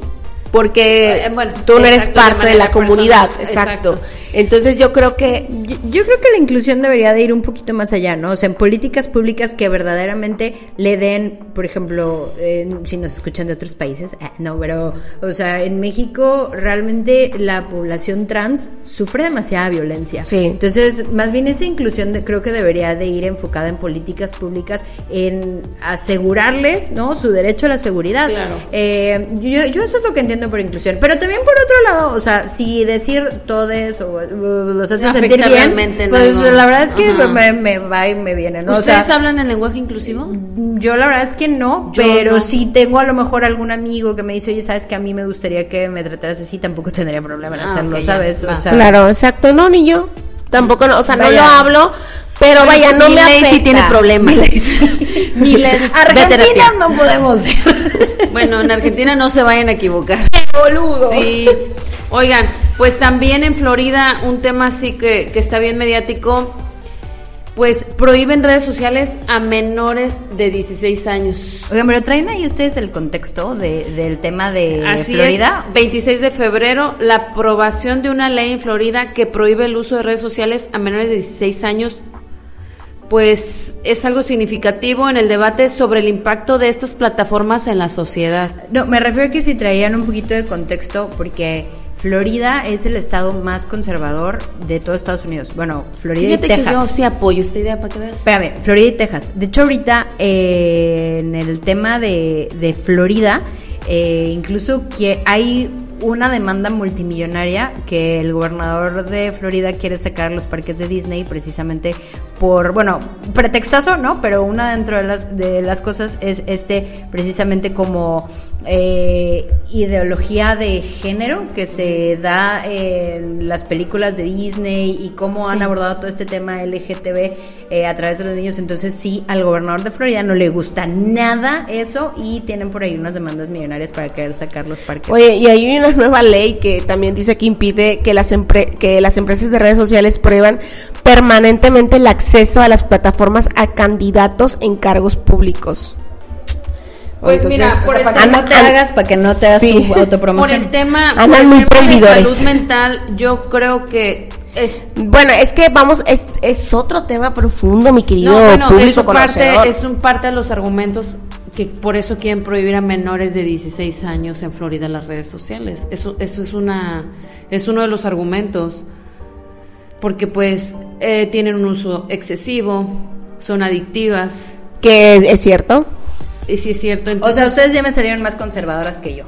Porque
Eh, bueno,
tú no eres
exacto, de
parte de, la
manera
comunidad,
personal,
exacto.
exacto.
Entonces yo creo que
Yo, yo creo que la inclusión debería de ir un poquito más allá, ¿no? O sea, en políticas públicas que verdaderamente le den, por ejemplo, eh, si nos escuchan de otros países, ah, no, pero, o sea, en México realmente la población trans sufre demasiada violencia.
Sí.
Entonces, más bien esa inclusión de- creo que debería de ir enfocada en políticas públicas, en asegurarles, ¿no? Su derecho a la seguridad.
Claro.
Eh, yo, yo eso es lo que entiendo por inclusión. Pero también por otro lado, o sea, si decir todes o uh, los hace
No
sentir
afecta
bien,
realmente en
pues
algo.
la verdad es que
Ajá.
me, me va y me viene, ¿no? O
¿Ustedes
sea,
hablan en lenguaje inclusivo?
yo la verdad es que no,
Yo
pero
no.
si tengo a lo mejor algún amigo que me dice, oye, sabes que a mí me gustaría que me trataras así, tampoco tendría problema en
Ah,
hacerlo,
ok, ya,
¿sabes?
va.
O sea, *laughs*
Claro, exacto, no, ni yo. Tampoco, no, o sea, no
Vaya.
lo hablo, pero
Bueno,
vaya,
pues
no me
Milei sí
afecta.
tiene problemas. *laughs* Milei, ve a terapia.
Argentina no podemos ser.
Bueno, en Argentina no se vayan a equivocar.
Boludo.
Sí. Oigan, pues también en Florida un tema así que, que está bien mediático, pues prohíben redes sociales a menores de 16 años.
*laughs* Oigan, pero traen ahí ustedes el contexto de- del tema de
Así
Florida.
es, 26 de febrero, la aprobación de una ley en Florida que prohíbe el uso de redes sociales a menores de 16 años, pues es algo significativo en el debate sobre el impacto de estas plataformas en la sociedad.
No, me refiero a que si traían un poquito de contexto, porque Florida es el estado más conservador de todo Estados Unidos. Bueno, Florida
Fíjate
y
que yo
Texas.
sí apoyo esta idea para que veas.
Espérame, Florida y Texas. De hecho, ahorita eh, en el tema de, de Florida, eh, incluso que hay una demanda multimillonaria que el gobernador de Florida quiere sacar los parques de Disney precisamente por, bueno, pretextazo, ¿no? Pero una dentro de las, de las cosas es este precisamente como eh, ideología de género que se da en las películas de Disney y cómo han abordado todo este tema LGTB eh, a través de los niños. Entonces sí, al gobernador de Florida no le gusta nada eso y tienen por ahí unas demandas millonarias para querer sacar los parques.
Oye, y hay una nueva ley que también dice que impide que las, empre- que las empresas de redes sociales prueban permanentemente el acceso a las plataformas a candidatos en cargos públicos.
Pues mira, por el-
para
para que no te hagas, para que no te hagas
Sí.
tu
Por el
autopromoción.
tema,
Andan
por el
Ah, muy
tema de
prohibidores.
salud mental, yo creo que es
Bueno, es que vamos, es, es otro tema profundo, mi querido
no, bueno, es
público
un parte,
conocedor.
es un parte de los argumentos que por eso quieren prohibir a menores de 16 años en Florida las redes sociales. Eso, eso es una, es uno de los argumentos, porque pues eh, tienen un uso excesivo, son adictivas,
Que es, es cierto.
y si es cierto.
O
Entonces,
sea, ustedes ya me salieron más conservadoras que yo.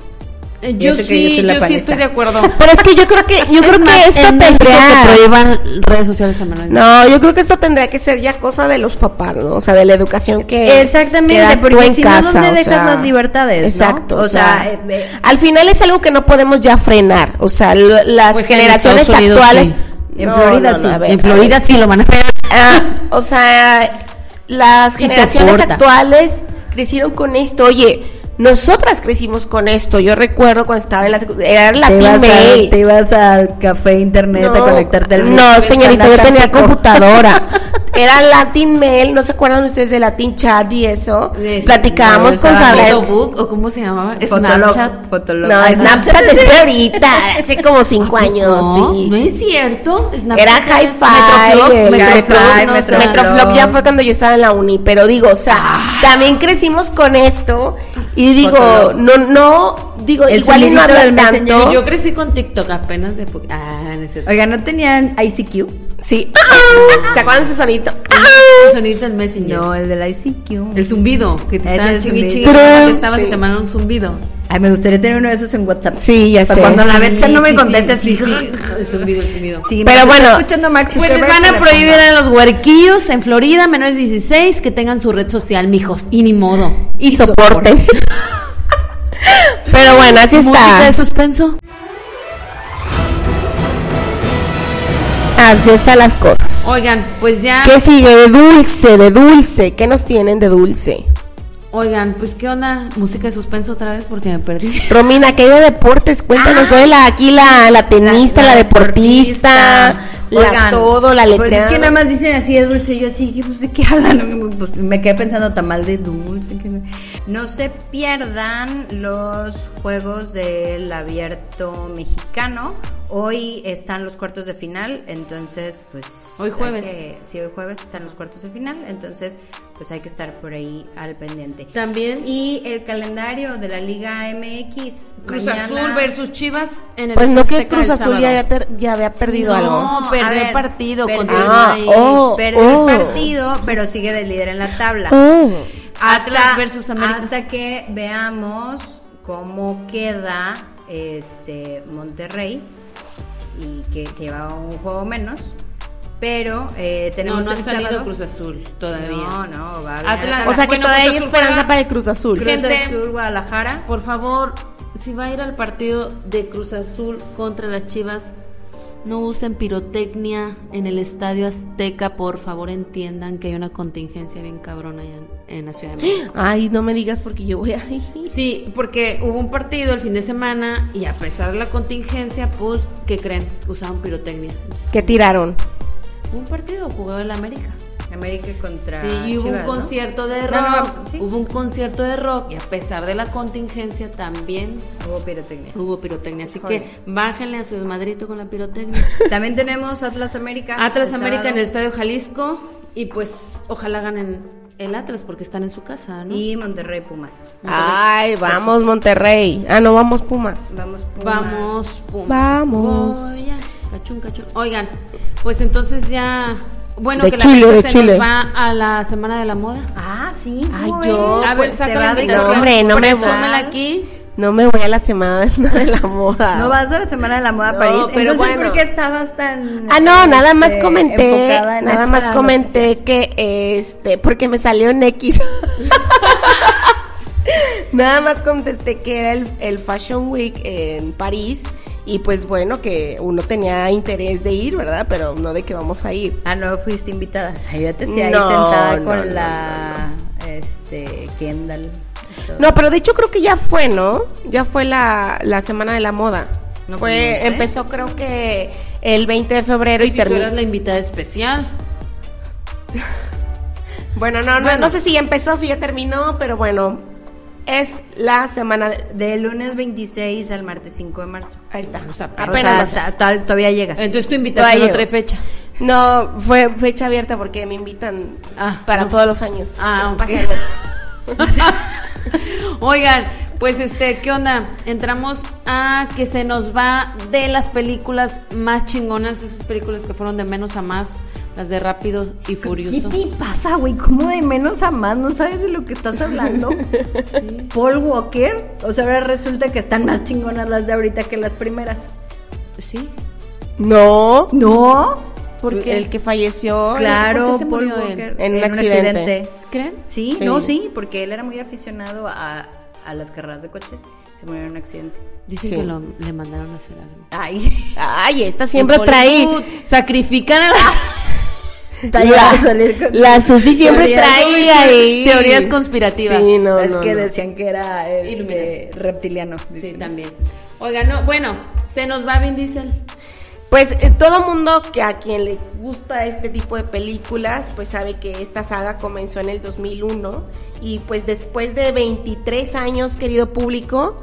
eh,
y
yo
eso que yo
sí,
soy la
yo sí
panista.
estoy de acuerdo.
Pero es que yo creo que, *laughs* yo
Es
creo
más,
que esto
en México
tendría.
que prohíban redes sociales a menores.
No, yo creo que esto tendría que ser ya cosa de los papás, ¿no? O sea, de la educación que
Exactamente,
que das tú
porque
en
si no, ¿dónde
o
dejas
sea,
las libertades, no?
Exacto.
O
O sea,
sea, eh, eh,
al final es algo que no podemos ya frenar. O sea, lo- las
Pues que en
generaciones
Estados Unidos
actuales.
sí. En Florida sí.
a ver,
en
a ver.
Florida sí lo van a hacer.
Ah,
*laughs*
o sea, las
Y se
generaciones
corta.
actuales crecieron con esto. Oye, nosotras crecimos con esto. Yo recuerdo cuando estaba en la secu- era la
te, ibas
T-Mail.
al, te ibas al café internet a conectarte al
No, señorita, yo tenía
Atlántico. *laughs*
computadora. Era Latin Mail, ¿no se acuerdan ustedes de Latin Chat y eso? Platicábamos
no,
con
estaba
Sabrina.
Photobook o cómo se llamaba?
Fotolog,
Snapchat.
Fotolog.
No,
Ah,
Snapchat es de ahorita, hace como cinco años,
No,
sí.
no es cierto.
Era Hi-Fi,
Metroflog,
el
Hi-Fi,
Metroflog, no, o sea,
Metroflog.
Metroflop ya fue cuando yo estaba en la uni, pero digo, o sea, también crecimos con esto y digo,
Fotolog.
no, no, digo,
El
igual y
sonidito
no habla
del
tanto.
Messenger.
Yo crecí con TikTok apenas de poqu- Ah, no es cierto.
Oiga, ¿no tenían ICQ?
Sí. ¿Se acuerdan de ese sonito?
El sonido del Messenger.
No, el del ICQ.
El zumbido, que te
Es
estaban
el zumbido.
chingui chingui cuando
Trum.
estabas y
Sí.
te mandaron un zumbido.
Ay, me gustaría tener uno de esos en WhatsApp.
Sí, ya
Para
sé.
cuando la
Sí,
Betsa no me
sí,
conteste
sí,
así.
sí, sí. El zumbido, el zumbido.
Sí,
Pero
me
bueno,
está escuchando Mark
Pues les
Zuckerberg,
van
que
a
le
prohibir
ponga.
a los huerquillos en Florida, menores de 16, que tengan su red social, mijos. Y ni modo.
Y soporten. *laughs* Pero bueno, así
Música
está.
de suspenso.
Así están las cosas.
Oigan, pues ya.
¿Qué sigue de dulce, de dulce? ¿Qué nos tienen de dulce?
Oigan, pues qué onda. Música de suspenso otra vez porque me perdí. *laughs*
Romina, ¿qué hay de deportes? Cuéntanos, tú eres la, aquí la, Ah. la tenista, la, deportista, la
Oigan,
todo, la letra.
Pues es que nada más dicen así de dulce. Yo así, pues, ¿de qué hablan? Pues, me quedé pensando tamal de dulce. ¿qué sé? No se pierdan los juegos del abierto mexicano. Hoy están los cuartos de final, entonces, pues.
Hoy
hay
jueves.
que- sí, hoy jueves están los cuartos de final, entonces, pues hay que estar por ahí al pendiente.
También
Y el calendario de la Liga MX.
Cruz
mañana-
Azul versus Chivas en el
Pues no que
Azteca
Cruz
el
Azul ya,
sábado.
había ter- ya había perdido
No,
algo.
a
perdió el
ver,
partido
perdió.
contra el
Ah,
Madrid.
oh.
Perdió
oh.
el partido, pero sigue de líder en la tabla.
Oh.
Hasta,
Atlas versus América.
hasta que veamos cómo queda este Monterrey y que, que va un juego menos. Pero eh,
No,
tenemos
no ha
el
salido
sábado.
Cruz Azul todavía.
No, no, va a
Atlas.
ganar.
O sea que
Bueno,
todavía
Cruz
hay
Azul
esperanza
juega-
para el Cruz Azul.
Cruz
Gente.
Azul, Guadalajara.
Por favor, si va a ir al partido de Cruz Azul contra las Chivas, no usen pirotecnia en el Estadio Azteca. Por favor, entiendan que hay una contingencia bien cabrona allá en, en la Ciudad de México.
Ay, no me digas porque yo voy a...
Sí, porque hubo un partido el fin de semana y a pesar de la contingencia, pues, ¿qué creen? Usaron pirotecnia. Entonces,
¿Qué tiraron?
un partido jugó el América.
América contra.
Sí, y hubo
Chivas,
un
¿no?
concierto de
No,
rock.
no, no, sí.
Hubo un concierto de rock y a pesar de la contingencia también
Hubo pirotecnia.
hubo pirotecnia. Así
Híjole.
que bájenle a su desmadrito con la
*laughs*
pirotecnia.
También tenemos Atlas América.
Atlas
el
América en
sábado.
el Estadio Jalisco y pues ojalá ganen el Atlas porque están en su casa, ¿no?
Y Monterrey Pumas.
Ay, vamos Monterrey. Ah, no, vamos Pumas.
Vamos Pumas.
Vamos, Pumas.
Vamos.
Goya, Cachún, cachún. Oigan, pues entonces ya bueno
De
que
Chile,
la
de
gente se
Chile.
nos va a la Semana de la Moda.
Ah, sí.
Ay,
güey.
yo-
A ver,
Se
saca
va
la
de
invitación.
compras.
Hombre, no me voy.
Presúmela aquí.
No me voy a la semana *laughs* de la moda.
No vas a la Semana de la Moda a
No,
París.
pero
Entonces,
bueno.
¿por qué estabas tan.
Ah, no,
este,
nada más comenté,
enfocada en
nada
esa
más
noticia?
comenté que este, porque me salió en X. *laughs* nada más contesté que era el, el Fashion Week en París y pues bueno, que uno tenía interés de ir, ¿verdad? Pero no de que vamos a ir.
Ah, no, fuiste invitada. Ay, yo te decía ahí
No,
sentada
no,
con
no,
la. Este. Kendall. y todo.
No, pero de hecho creo que ya fue, ¿no? Ya fue la, la semana de la moda.
No,
fue,
pues, no sé.
empezó creo que el 20 de febrero y
Si tú
terminó.
eras la invitada especial.
Bueno, no, no,
Bueno.
no sé si ya empezó, si ya terminó, pero bueno, es la semana de...
Del lunes 26 al martes 5 de marzo.
Ahí está.
O sea,
O sea,
apenas.
hasta- tal- todavía llegas.
Entonces tu invitación
Todavía
no trae
llego.
fecha. *laughs*
No, fue fecha abierta porque me invitan
Ah,
para
no.
todos los años.
Ah,
Entonces,
ok.
pásale.
Oigan, pues este, ¿qué onda? Entramos a que se nos va de las películas más chingonas, esas películas que fueron de menos a más, las de Rápido
¿Qué
y Furioso.
te pasa, güey? ¿Cómo de menos a más? ¿No sabes de lo que estás
*laughs*
hablando? Paul Walker. O sea, ahora resulta que están más chingonas las de ahorita que las primeras.
¿Sí?
No,
No,
Porque
el que falleció.
claro,
¿por qué se
Paul
murió
Walker.
él? En un accidente.
¿creen?
Sí,
Sí.
no, sí, porque él era muy aficionado a, a las carreras de coches. Se murió en un accidente.
Dicen
Sí.
que lo, le mandaron a hacer algo.
Ay,
*laughs* Ay, esta siempre
En
trae.
Hollywood, Ah, Sacrifican a la-
La, la Susi siempre
Teorías
trae
conspirativas.
ahí.
Teorías conspirativas.
Sí, no,
es
no,
que
no.
decían que era este,
Illuminati.
reptiliano.
Sí,
dicen.
también. Oigan, no, bueno, se nos va Vin Diesel.
Pues eh, todo mundo que a quien le gusta este tipo de películas, pues sabe que esta saga comenzó en el 2001 y pues después de 23 años, querido público,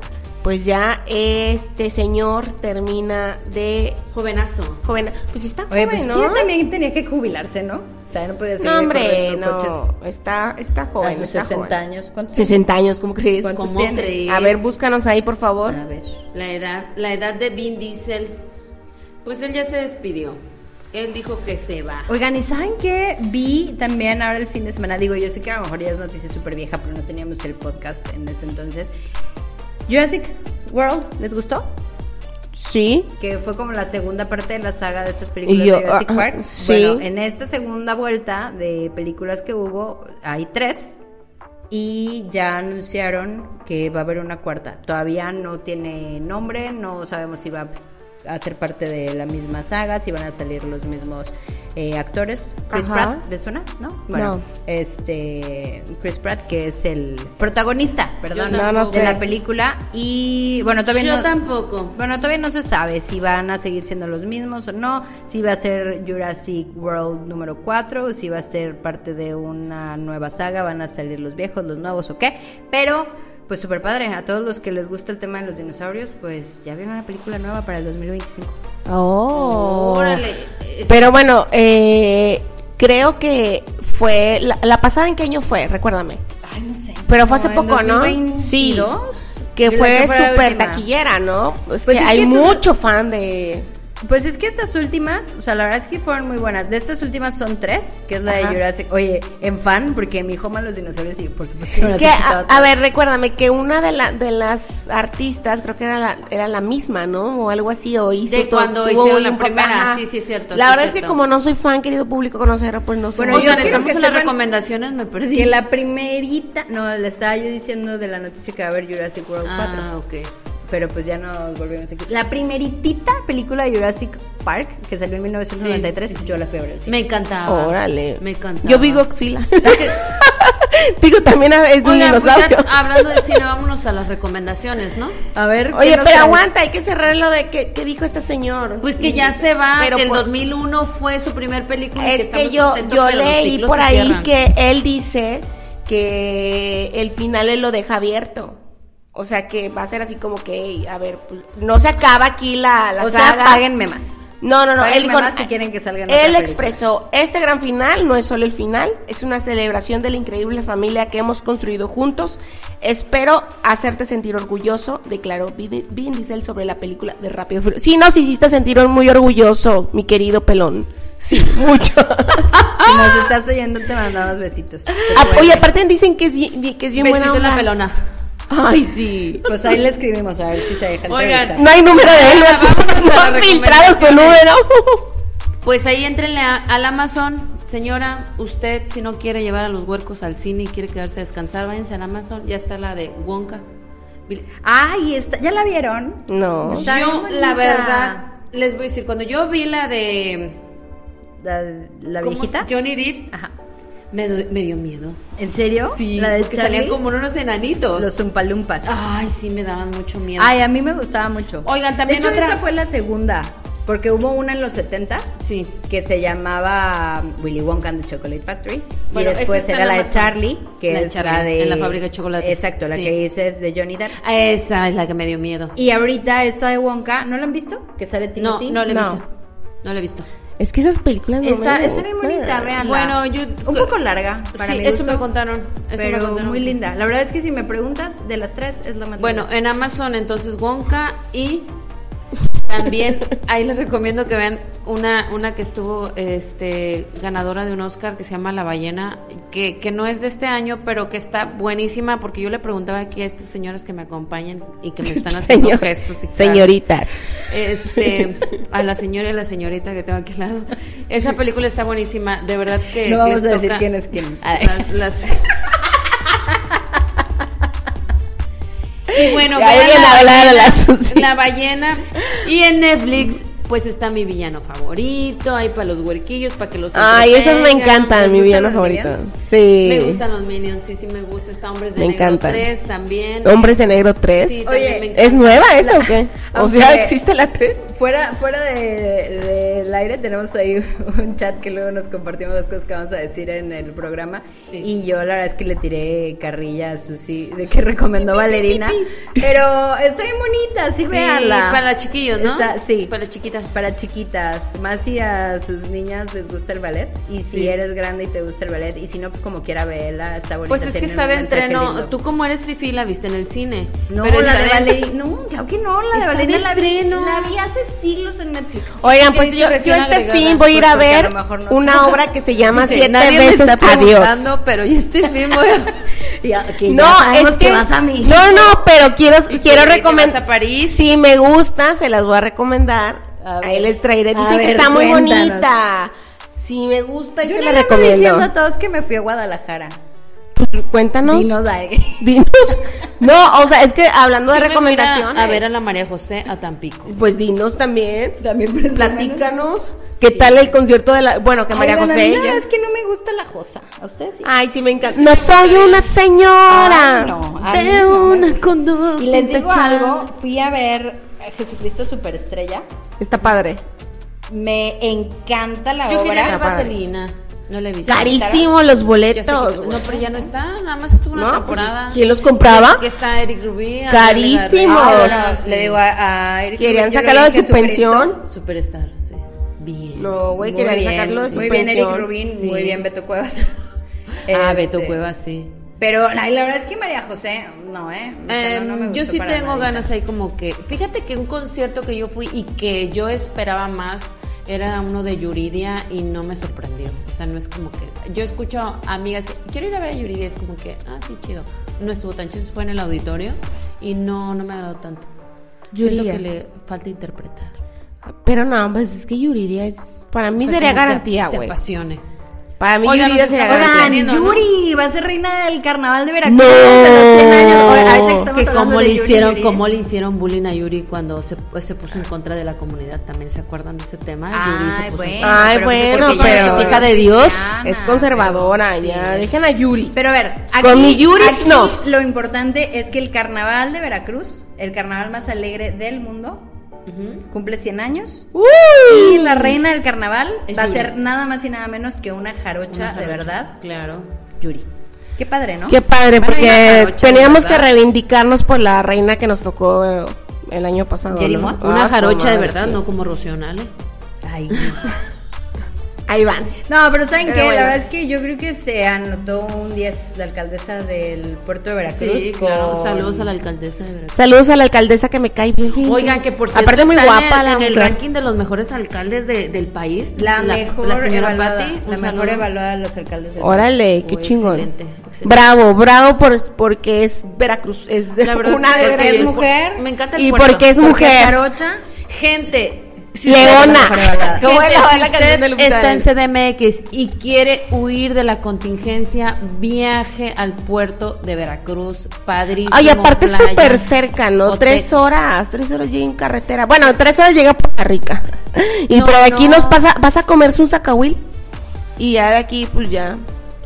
pues ya este señor termina de
Jovenazo.
joven, pues está joven,
Oye, pues
¿no?
que también tenía que jubilarse, ¿no? O sea, no podía seguir
No, hombre,
corriendo
no,
coches
está está
a
joven,
sus
está
60
joven.
años. ¿Cuántos?
60 años, ¿cómo crees?
¿Cuántos Ah.
¿Cómo
tiene?
crees?
A ver, búscanos ahí, por favor.
A ver.
La edad, la edad de Vin Diesel. Pues él ya se despidió. Él dijo que se va.
Oigan, ¿y saben qué? Vi también ahora el fin de semana. Digo, yo sé que a lo mejor ya es noticia súper vieja, pero no teníamos el podcast en ese entonces. Jurassic World, ¿les gustó?
Sí.
Que fue como la segunda parte de la saga de estas películas
Y yo,
de Jurassic
ah,
Park.
sí.
Bueno, en esta segunda vuelta de películas que hubo, hay tres. y ya anunciaron que va a haber una cuarta. Todavía no tiene nombre, no sabemos si va a ser parte de la misma saga, si van a salir los mismos eh, actores. Chris
Ajá.
Pratt, ¿le suena? ¿No? Bueno,
No.
este Chris Pratt que es el protagonista, perdón,
Yo tampoco.
de la película y bueno, todavía
Yo
no
tampoco.
bueno, todavía no se sabe si van a seguir siendo los mismos o no, si va a ser Jurassic World número 4, o si va a ser parte de una nueva saga, van a salir los viejos, los nuevos o qué. Pero, pues súper padre, a todos los que les gusta el tema de los dinosaurios, pues ya vieron una película nueva para el 2025.
Oh.
Órale. Es-
Pero bueno, eh, creo que fue. La, la pasada en qué año fue, recuérdame.
Ay, no sé.
Pero fue hace poco, ¿no?
Sí.
Que fue súper taquillera, ¿no? Es
Pues
que
es
hay
que tú-
mucho fan de.
Pues es que estas últimas, o sea, la verdad es que fueron muy buenas. De estas últimas son tres, que es la de
Ajá.
Jurassic. Oye, en fan, porque mi hijo ama los dinosaurios y por supuesto me las
Que,
he chutado
a, a
todas.
ver, recuérdame que una de, la, de las artistas, creo que era la, era la misma, ¿no? O algo así, o hizo
De
todo-
cuando
tuvo
hicieron la
un papá,
primera,
ajá.
sí, sí, es cierto,
La
sí,
verdad
es
es que
cierto.
como no soy fan, querido público conocedor, pues no soy.
Bueno,
fan.
yo
Oigan,
quiero
estamos
que
en las
sepan
recomendaciones, me perdí.
Que la primerita, no, le estaba yo diciendo de la noticia que va a haber Jurassic World 4.
Ah, ok.
Pero pues ya nos volvimos aquí. La primeritita película de Jurassic Park, que salió en 1993,
Sí, sí, sí.
yo la fui a ver
*laughs*
al cine.
Me encantaba.
Órale.
Me encantaba.
Yo vi Godzilla.
Porque-
*laughs* Digo, también es de un
Oigan, pues ya
dinosaurio.
hablando de cine, vámonos a las recomendaciones, ¿no?
A ver, ¿qué
Oye,
nos
pero
traes?
aguanta, hay que cerrar lo de que, que dijo este señor.
Pues que ya se va,
Pero
que el
por-
2001 fue su primer película. y
Es que
estamos
yo,
contentos,
yo
pero los
leí
ciclos
por
se
ahí
cierran.
que él dice que el final él lo deja abierto. O sea que va a ser así como que, "Ey, a ver, pues, no se acaba aquí la, la
O sea,
saga.
páguenme más.
No, no, no.
Páguenme
Él dijo,
más si quieren que salgan otra
Él
película.
expresó, este gran final no es solo el final, es una celebración de la increíble familia que hemos construido juntos. Espero hacerte sentir orgulloso, declaró Vin Vin Diesel sobre la película de Rápido y Furioso. Sí, nos hiciste sentir muy orgulloso, mi querido pelón. Sí, *laughs* mucho.
Si nos estás oyendo, te mandamos besitos.
Ah, Oye, aparte dicen que es, bien- que es bien buena
Besito en la
onda.
pelona.
Ay,
*laughs*
sí.
Pues ahí le escribimos a ver si se deja
Oigan,
entrevistar.
No hay número de él,
Ahora vámonos
no,
a
han
las
filtrado su
recomendaciones.
número. *laughs*
Pues ahí entrenle al Amazon. Señora, usted si no quiere llevar a los huercos al cine y quiere quedarse a descansar, váyanse al Amazon. Ya está la de Wonka. Mire,
Ay, está, ¿ya la vieron?
No.
Está bien
Yo, la
bonita.
verdad, les voy a decir, cuando yo vi la de...
¿La, la
¿cómo
viejita? Ah.
es? Johnny Depp,
Ajá.
me, do- me dio miedo.
¿En serio?
Sí,
la de
porque salían
Charlie?
como unos enanitos.
Los zumpalumpas.
Ay, sí, me daban mucho miedo.
Ay, a mí me gustaba mucho.
Oigan, también
de hecho,
otra-
esa fue la segunda, porque hubo una en los 70s
Sí.
que se llamaba Willy Wonka and the Chocolate Factory
Bueno,
y después
esa está
era
en
la de
Amazon.
Charlie, que
La de
es la
Charlie,
de
en la fábrica de chocolates.
Exacto, la
Sí.
que dices de Johnny Depp.
Esa es la que me dio miedo.
Y ahorita esta de Wonka, ¿no la han visto? Que sale
No,
Timothy.
no la he
No.
visto. No la he visto.
Es que esas películas no
Está,
me
está bien
gustan.
bonita, véanla.
Bueno, yo-
un poco larga para
sí,
mi
eso
gusto,
me contaron. Eso
pero
me contaron.
muy linda. La verdad es que si me preguntas de las tres es la más
Bueno,
linda.
en Amazon entonces Wonka y también ahí les recomiendo que vean una, una que estuvo este, ganadora de un Oscar que se llama La Ballena, que, que no es de este año, pero que está buenísima porque yo le preguntaba aquí a estas señoras que me acompañan y que me están
*laughs*
haciendo
Señor-
gestos. Y caras.
Señoritas.
Este, a la señora y la señorita que tengo aquí al lado. Esa película está buenísima, de verdad que.
No vamos
eh, les
a decir
toca-
quién es quién.
Las, las- y bueno,
Ya
vean
dejen
la,
hablar a
ballena,
la Susi.
la ballena. Y en Netflix, pues está mi villano favorito. Ahí para los huerquillos, para que los.
Ay, esas me
entretengan.
¿les
encantan, mi
gustan
villano
los
favorito.
minions?
Sí.
Me gustan los minions, sí, sí, me gusta. Está Hombres de
Me
Negro
encantan.
3 también.
Hombres de Negro 3.
Oye,
Sí, también me encanta.
¿Es nueva esa o
*laughs*
qué? O sea,
aunque-
¿existe la 3?
Fuera, fuera de- del aire tenemos ahí *laughs* un chat que luego nos compartimos las cosas que vamos a decir en el programa.
Sí.
Y yo la verdad es que le tiré carrilla a Susi de que recomendó Valerina. Pero está bien bonita, sí,
Sí,
véanla.
para chiquillos, ¿no?
Está- sí.
Para chiquitas.
Para chiquitas. Más si a sus niñas les gusta el ballet. Y si
Sí.
eres grande y te gusta el ballet. Y si no, pues como quiera verla, está bonita.
Pues es que
tiene
está
un
de
mensaje
entreno.
lindo.
Tú como eres fifi la viste en el cine.
No,
Pero
la
está
de
de-
Valerina. *laughs*
*laughs*
No, claro que no, la de
Está de
Valerina la vi,
estreno.
la vi hace siglos en Netflix.
Oigan,
¿Qué
pues
dice
yo, yo
recién
este
agregada?
fin voy a ir a
Pues porque a
ver
lo mejor no-
una obra que se llama
Dice,
Siete
nadie me
veces
está
Adiós.
preguntando, pero yo
*laughs*
este fin voy a...
No, es que, no, no, pero quiero, quiero
te vas
recomendar.
a París.
Si me gusta, se las voy a recomendar.
A
Ahí
ver.
les traeré.
A
Dicen
ver,
que está muy
cuéntanos.
bonita. Si me gusta, y
Yo
se
le
la
ando diciendo
recomiendo.
a todos que me fui a Guadalajara.
Cuéntanos.
Dinos, ay.
Dinos. No, o sea, es que hablando de
Yo me voy a ir a-
recomendaciones.
A ver a la María José a Tampico.
Pues dinos también.
*laughs* También
Platícanos. ¿Qué tal el concierto de la. Bueno, que María José.
La
ya-
verdad es que no me gusta la josa. ¿A ustedes sí?
Ay, sí, me encanta. No soy una señora.
Ah, no, a mí
De
no me
una
gusta.
conducta
Y les digo
intachable.
algo, fui a ver a Jesucristo Superestrella.
Está padre.
Me encanta la
Yo quería
obra.
ver
Está padre.
Vaselina. No la he visto.
Carísimo los
Ya sé que-
boletos.
no,
güey.
pero ya no está. Nada más estuvo una
No,
temporada.
pues, ¿quién los compraba?
Que está Eric Rubí. Andrea
Carísimos.
Legarreta,
Ah,
Vamos.
no, no,
sí.
Le digo a, a Eric
Querían
Rubin, yo lo
sacarlo de
dije,
su pensión.
Superstar, sí. Bien.
No, Oh, güey,
Muy
querían
bien,
sacarlo de su
Muy bien,
pensión.
Eric Rubin.
Sí.
Muy bien, Beto Cuevas.
*laughs*
Ah,
Este,
Beto Cuevas, sí.
Pero ay, la verdad es que María José, no, ¿eh? O sea, no, no me
Em, yo
gustó
sí
para
tengo
nada.
ganas ahí como que... Fíjate que un concierto que yo fui y que yo esperaba más era uno de Yuridia y no me sorprendió. O sea, no es como que... Yo escucho amigas que... Quiero ir a ver a Yuridia. Es como que... Ah, sí, chido. No estuvo tan chido. Fue en el auditorio y no, no me agradó tanto.
Yuridia.
Siento que le falta interpretar.
Pero no, pues es que Yuridia es. Para mí
O sea,
sería
como que
garantía,
se
güey.
apasione.
Para mí
Oigan,
Yuridia
nos
sería
estamos
garantía.
Oigan,
Teniendo, ¿no?
Yuri va a ser reina del carnaval de Veracruz
No.
a los 100
Oh,
años. Ahora- ahorita que estamos
que
hablando
como
de
le
Yuri,
hicieron
Yuri.
como le hicieron bullying a Yuri cuando se, pues, se puso en contra de la comunidad también se acuerdan de ese tema Yuri se
Ay,
puso en
bueno.
contra.
Ay,
pero pues es
bueno,
que ella
pero-
es
hija de Dios.
cristiana,
Es conservadora,
pero-
ya.
sí.
Dejen a Yuri.
Pero a ver, aquí,
Con mi Yuris,
aquí
no.
lo importante es que el carnaval de Veracruz, el carnaval más alegre del mundo, cumple 100 años. Y la reina del carnaval
Es
va a
Yuri.
ser nada más y nada menos que una jarocha,
Una
de
jarocha,
verdad,
claro
Yuri. Qué padre, ¿no?
Qué padre,
Van a ir a la
porque
jarocha,
teníamos que
¿verdad?
reivindicarnos por la reina que nos tocó eh, el año pasado.
¿Yerimot?
¿no?
una
Ah, su
jarocha de
madre,
verdad
sí.
no como Rocionale
Ay.
Ahí van.
No, pero ¿saben
Pero
qué?
bueno.
La verdad es que yo creo que se anotó un 10 la alcaldesa del puerto de Veracruz.
sí claro
con-
saludos a la alcaldesa de Veracruz
Saludos a la alcaldesa que me cae bien. bien,
Oigan,
bien.
que por cierto
Aparte, muy
está en el-
guapa la
en el
mujer.
ranking de los mejores alcaldes de- del país.
La, mejor
la señora
evaluada,
Patti, un
la mejor
saludo.
evaluada de los alcaldes del
Órale, qué
Uy,
chingón.
excelente, excelente.
Bravo, bravo por, porque es Veracruz. Es de,
La verdad,
*laughs* una de
porque
porque
Veracruz.
es
el-
mujer.
Me encanta el
y
puerto.
porque es
Porque
mujer.
Jarocha,
Gente, si
Leona.
usted-
Gente,
¿Cómo es la,
si
la canción de
usted
Lupita
está en
D'Alessio?
CDMX y quiere huir de la contingencia, viaje al puerto de Veracruz, padrísimo.
Ay, aparte es
playa,
súper cerca, ¿no?
hotel.
Tres horas, tres horas llega en carretera. Bueno, tres horas llega a Poza Rica. *laughs* Y
No,
por aquí
no.
nos pasa, vas a comerse un zacahuil. Y ya de aquí,
*laughs*
pues ya.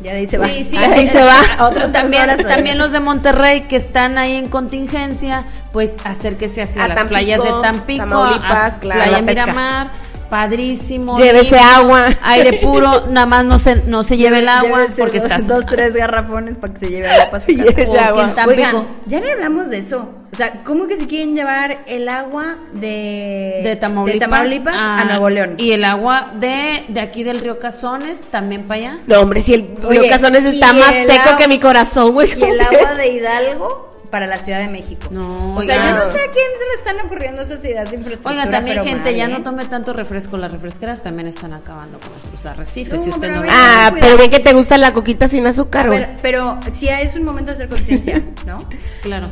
ya dice va. pues.
Sí, sí,
Ahí
es-
se va.
a otros también,
horas, ¿no?
también los de Monterrey que están ahí en contingencia, pues acérquese hacia
A
las
Tampico,
playas de Tampico,
Tamaulipas,
a
claro,
Playa
la pesca.
Miramar, padrísimo.
Llévese
limpio,
agua.
Aire
*laughs*
puro, nada más no se, no se lleve el agua
Llévese
porque
dos,
estás
dos, tres garrafones para que se lleve agua para
*laughs*
su casa.
Llévese
Porque
agua.
en Tampico-
Oigan,
ya le hablamos de eso. O sea, ¿cómo que se quieren llevar el agua de,
de Tamaulipas,
Tamaulipas a, Nuevo León?
Y el agua de, de aquí del río Cazones también para allá.
No, hombre, si el
Oye,
Río Cazones
y
está más
el
seco
agua-
que mi corazón, güey.
Y
*laughs*
el agua de Hidalgo para la Ciudad de México.
No,
o sea, yo
oigan.
no sé a quién se le están ocurriendo esas ideas de infraestructura.
Oigan, también
pero
gente, ya
mal,
no
¿eh?
tome tanto refresco. Las refresqueras también están acabando con nuestros arrecifes.
No,
si usted
pero
no
a
ve-
ver,
Ah,
Cuidado.
pero bien que te gusta la coquita sin azúcar,
A
güey.
ver, pero si es un momento de hacer
*laughs*
conciencia, ¿no?
Claro.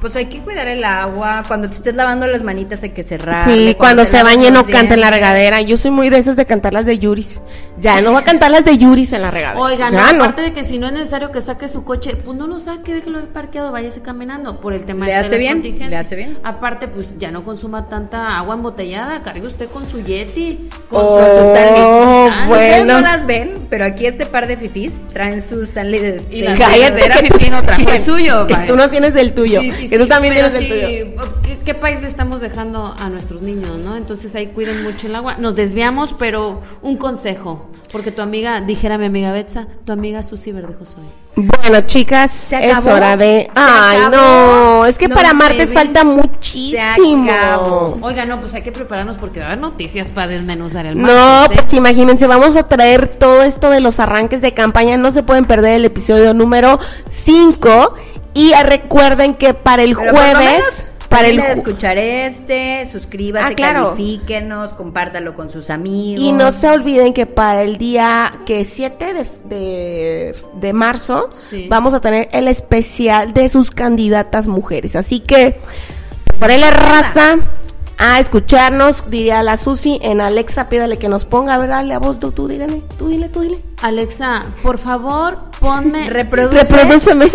Pues hay que cuidar el agua. Cuando te estés lavando las manitas hay que cerrar.
Sí, cuando se bañe no canta en la regadera. Yo soy muy de esos de cantar las de Yuris. Ya no va a cantar las de Yuris en la regadera.
Oigan,
ya
no, aparte de que si no es necesario que saque su coche, pues no lo saque, déjelo ahí parqueado, váyase caminando por el tema
Le
este
hace
las
bien,
contingencias.
le hace bien.
Aparte, pues ya no consuma tanta agua embotellada, cargue usted con su Yeti, con
Oh,
su Stanley. Ah,
Ustedes no
bueno.
las ven, pero aquí este par de fifis traen su Stanley de
Y
seis
la-
litros.
Cállate,
Era
que tú-
fifí, no trajo
que-
el suyo.
que
vaya.
tú no tienes el tuyo.
Sí, sí,
que tú
sí,
también
pero
tienes el tuyo.
sí, ¿qué, qué país le estamos dejando a nuestros niños, no? Entonces ahí cuiden mucho el agua. Nos desviamos, pero un consejo. Porque tu amiga, dijera mi amiga Betsa, tu amiga Susi Verdejoso hoy.
Bueno, chicas,
Se
es
acabó.
hora de.
Se
Ay,
acabó.
no. Es que
No
para
te
martes
ves.
falta
Se
muchísimo.
acabó.
Oiga, no, pues hay que prepararnos porque va a haber noticias para desmenuzar el
No,
martes, ¿eh?
pues imagínense, vamos a traer todo esto de los arranques de campaña. No se pueden perder el episodio número 5. Y recuerden que para el
Pero por lo menos,
jueves. Para el
termine de
ju-
escuchar este, suscríbase,
Ah, claro.
califíquenos, compártalo con sus amigos.
Y no se olviden que para el día que 7 de, de, de marzo
Sí.
vamos a tener el especial de sus candidatas mujeres. Así que ponele raza a escucharnos, diría la Susi en Alexa, pídale que nos ponga, a ver, dale a vos, tú, tú dígale, tú dile, tú dile.
Alexa, por favor,
*laughs*
ponme.
Reproduce.
Reprodúceme.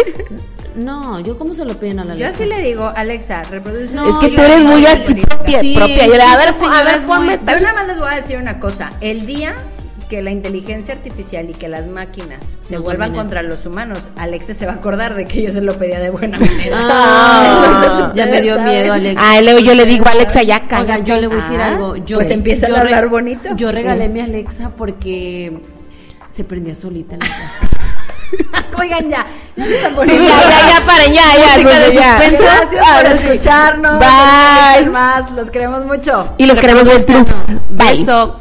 No, yo cómo se lo piden a la
Yo
Alexa?
sí le digo, Alexa, reproduce.
No,
es que
yo
tú eres
digo
muy
de
así
señorita.
propia,
Sí,
propia.
es que
A
esa
ver, a
señora
ver,
es muy-
ponme
Yo
tal.
nada más les voy a decir una cosa. El día que la inteligencia artificial y que las máquinas se
Nos
vuelvan
dominen.
contra los humanos, Alexa se va a acordar de que yo se lo pedía de
*laughs*
buena manera.
Ah,
Entonces,
ya me dio
ustedes
miedo,
saben.
Alexa.
Ah, luego yo le digo, Alexa, ya
Oiga,
cállate.
yo le voy a decir
Ah,
algo. Yo,
pues empiezan
yo
a
re-
hablar bonito.
Yo
Sí.
regalé mi Alexa porque se prendía solita en la casa.
*laughs* Oigan, ya. Ya se están
Sí,
poniendo-
ya,
*laughs*
*laughs*
ya, ya, paren, ya, ya.
Música de
sí, ya. *laughs*
suspenso.
Gracias por
Ahora sí.
escucharnos.
Bye.
Más. Los queremos mucho.
Y los queremos ver. Bye.
Beso.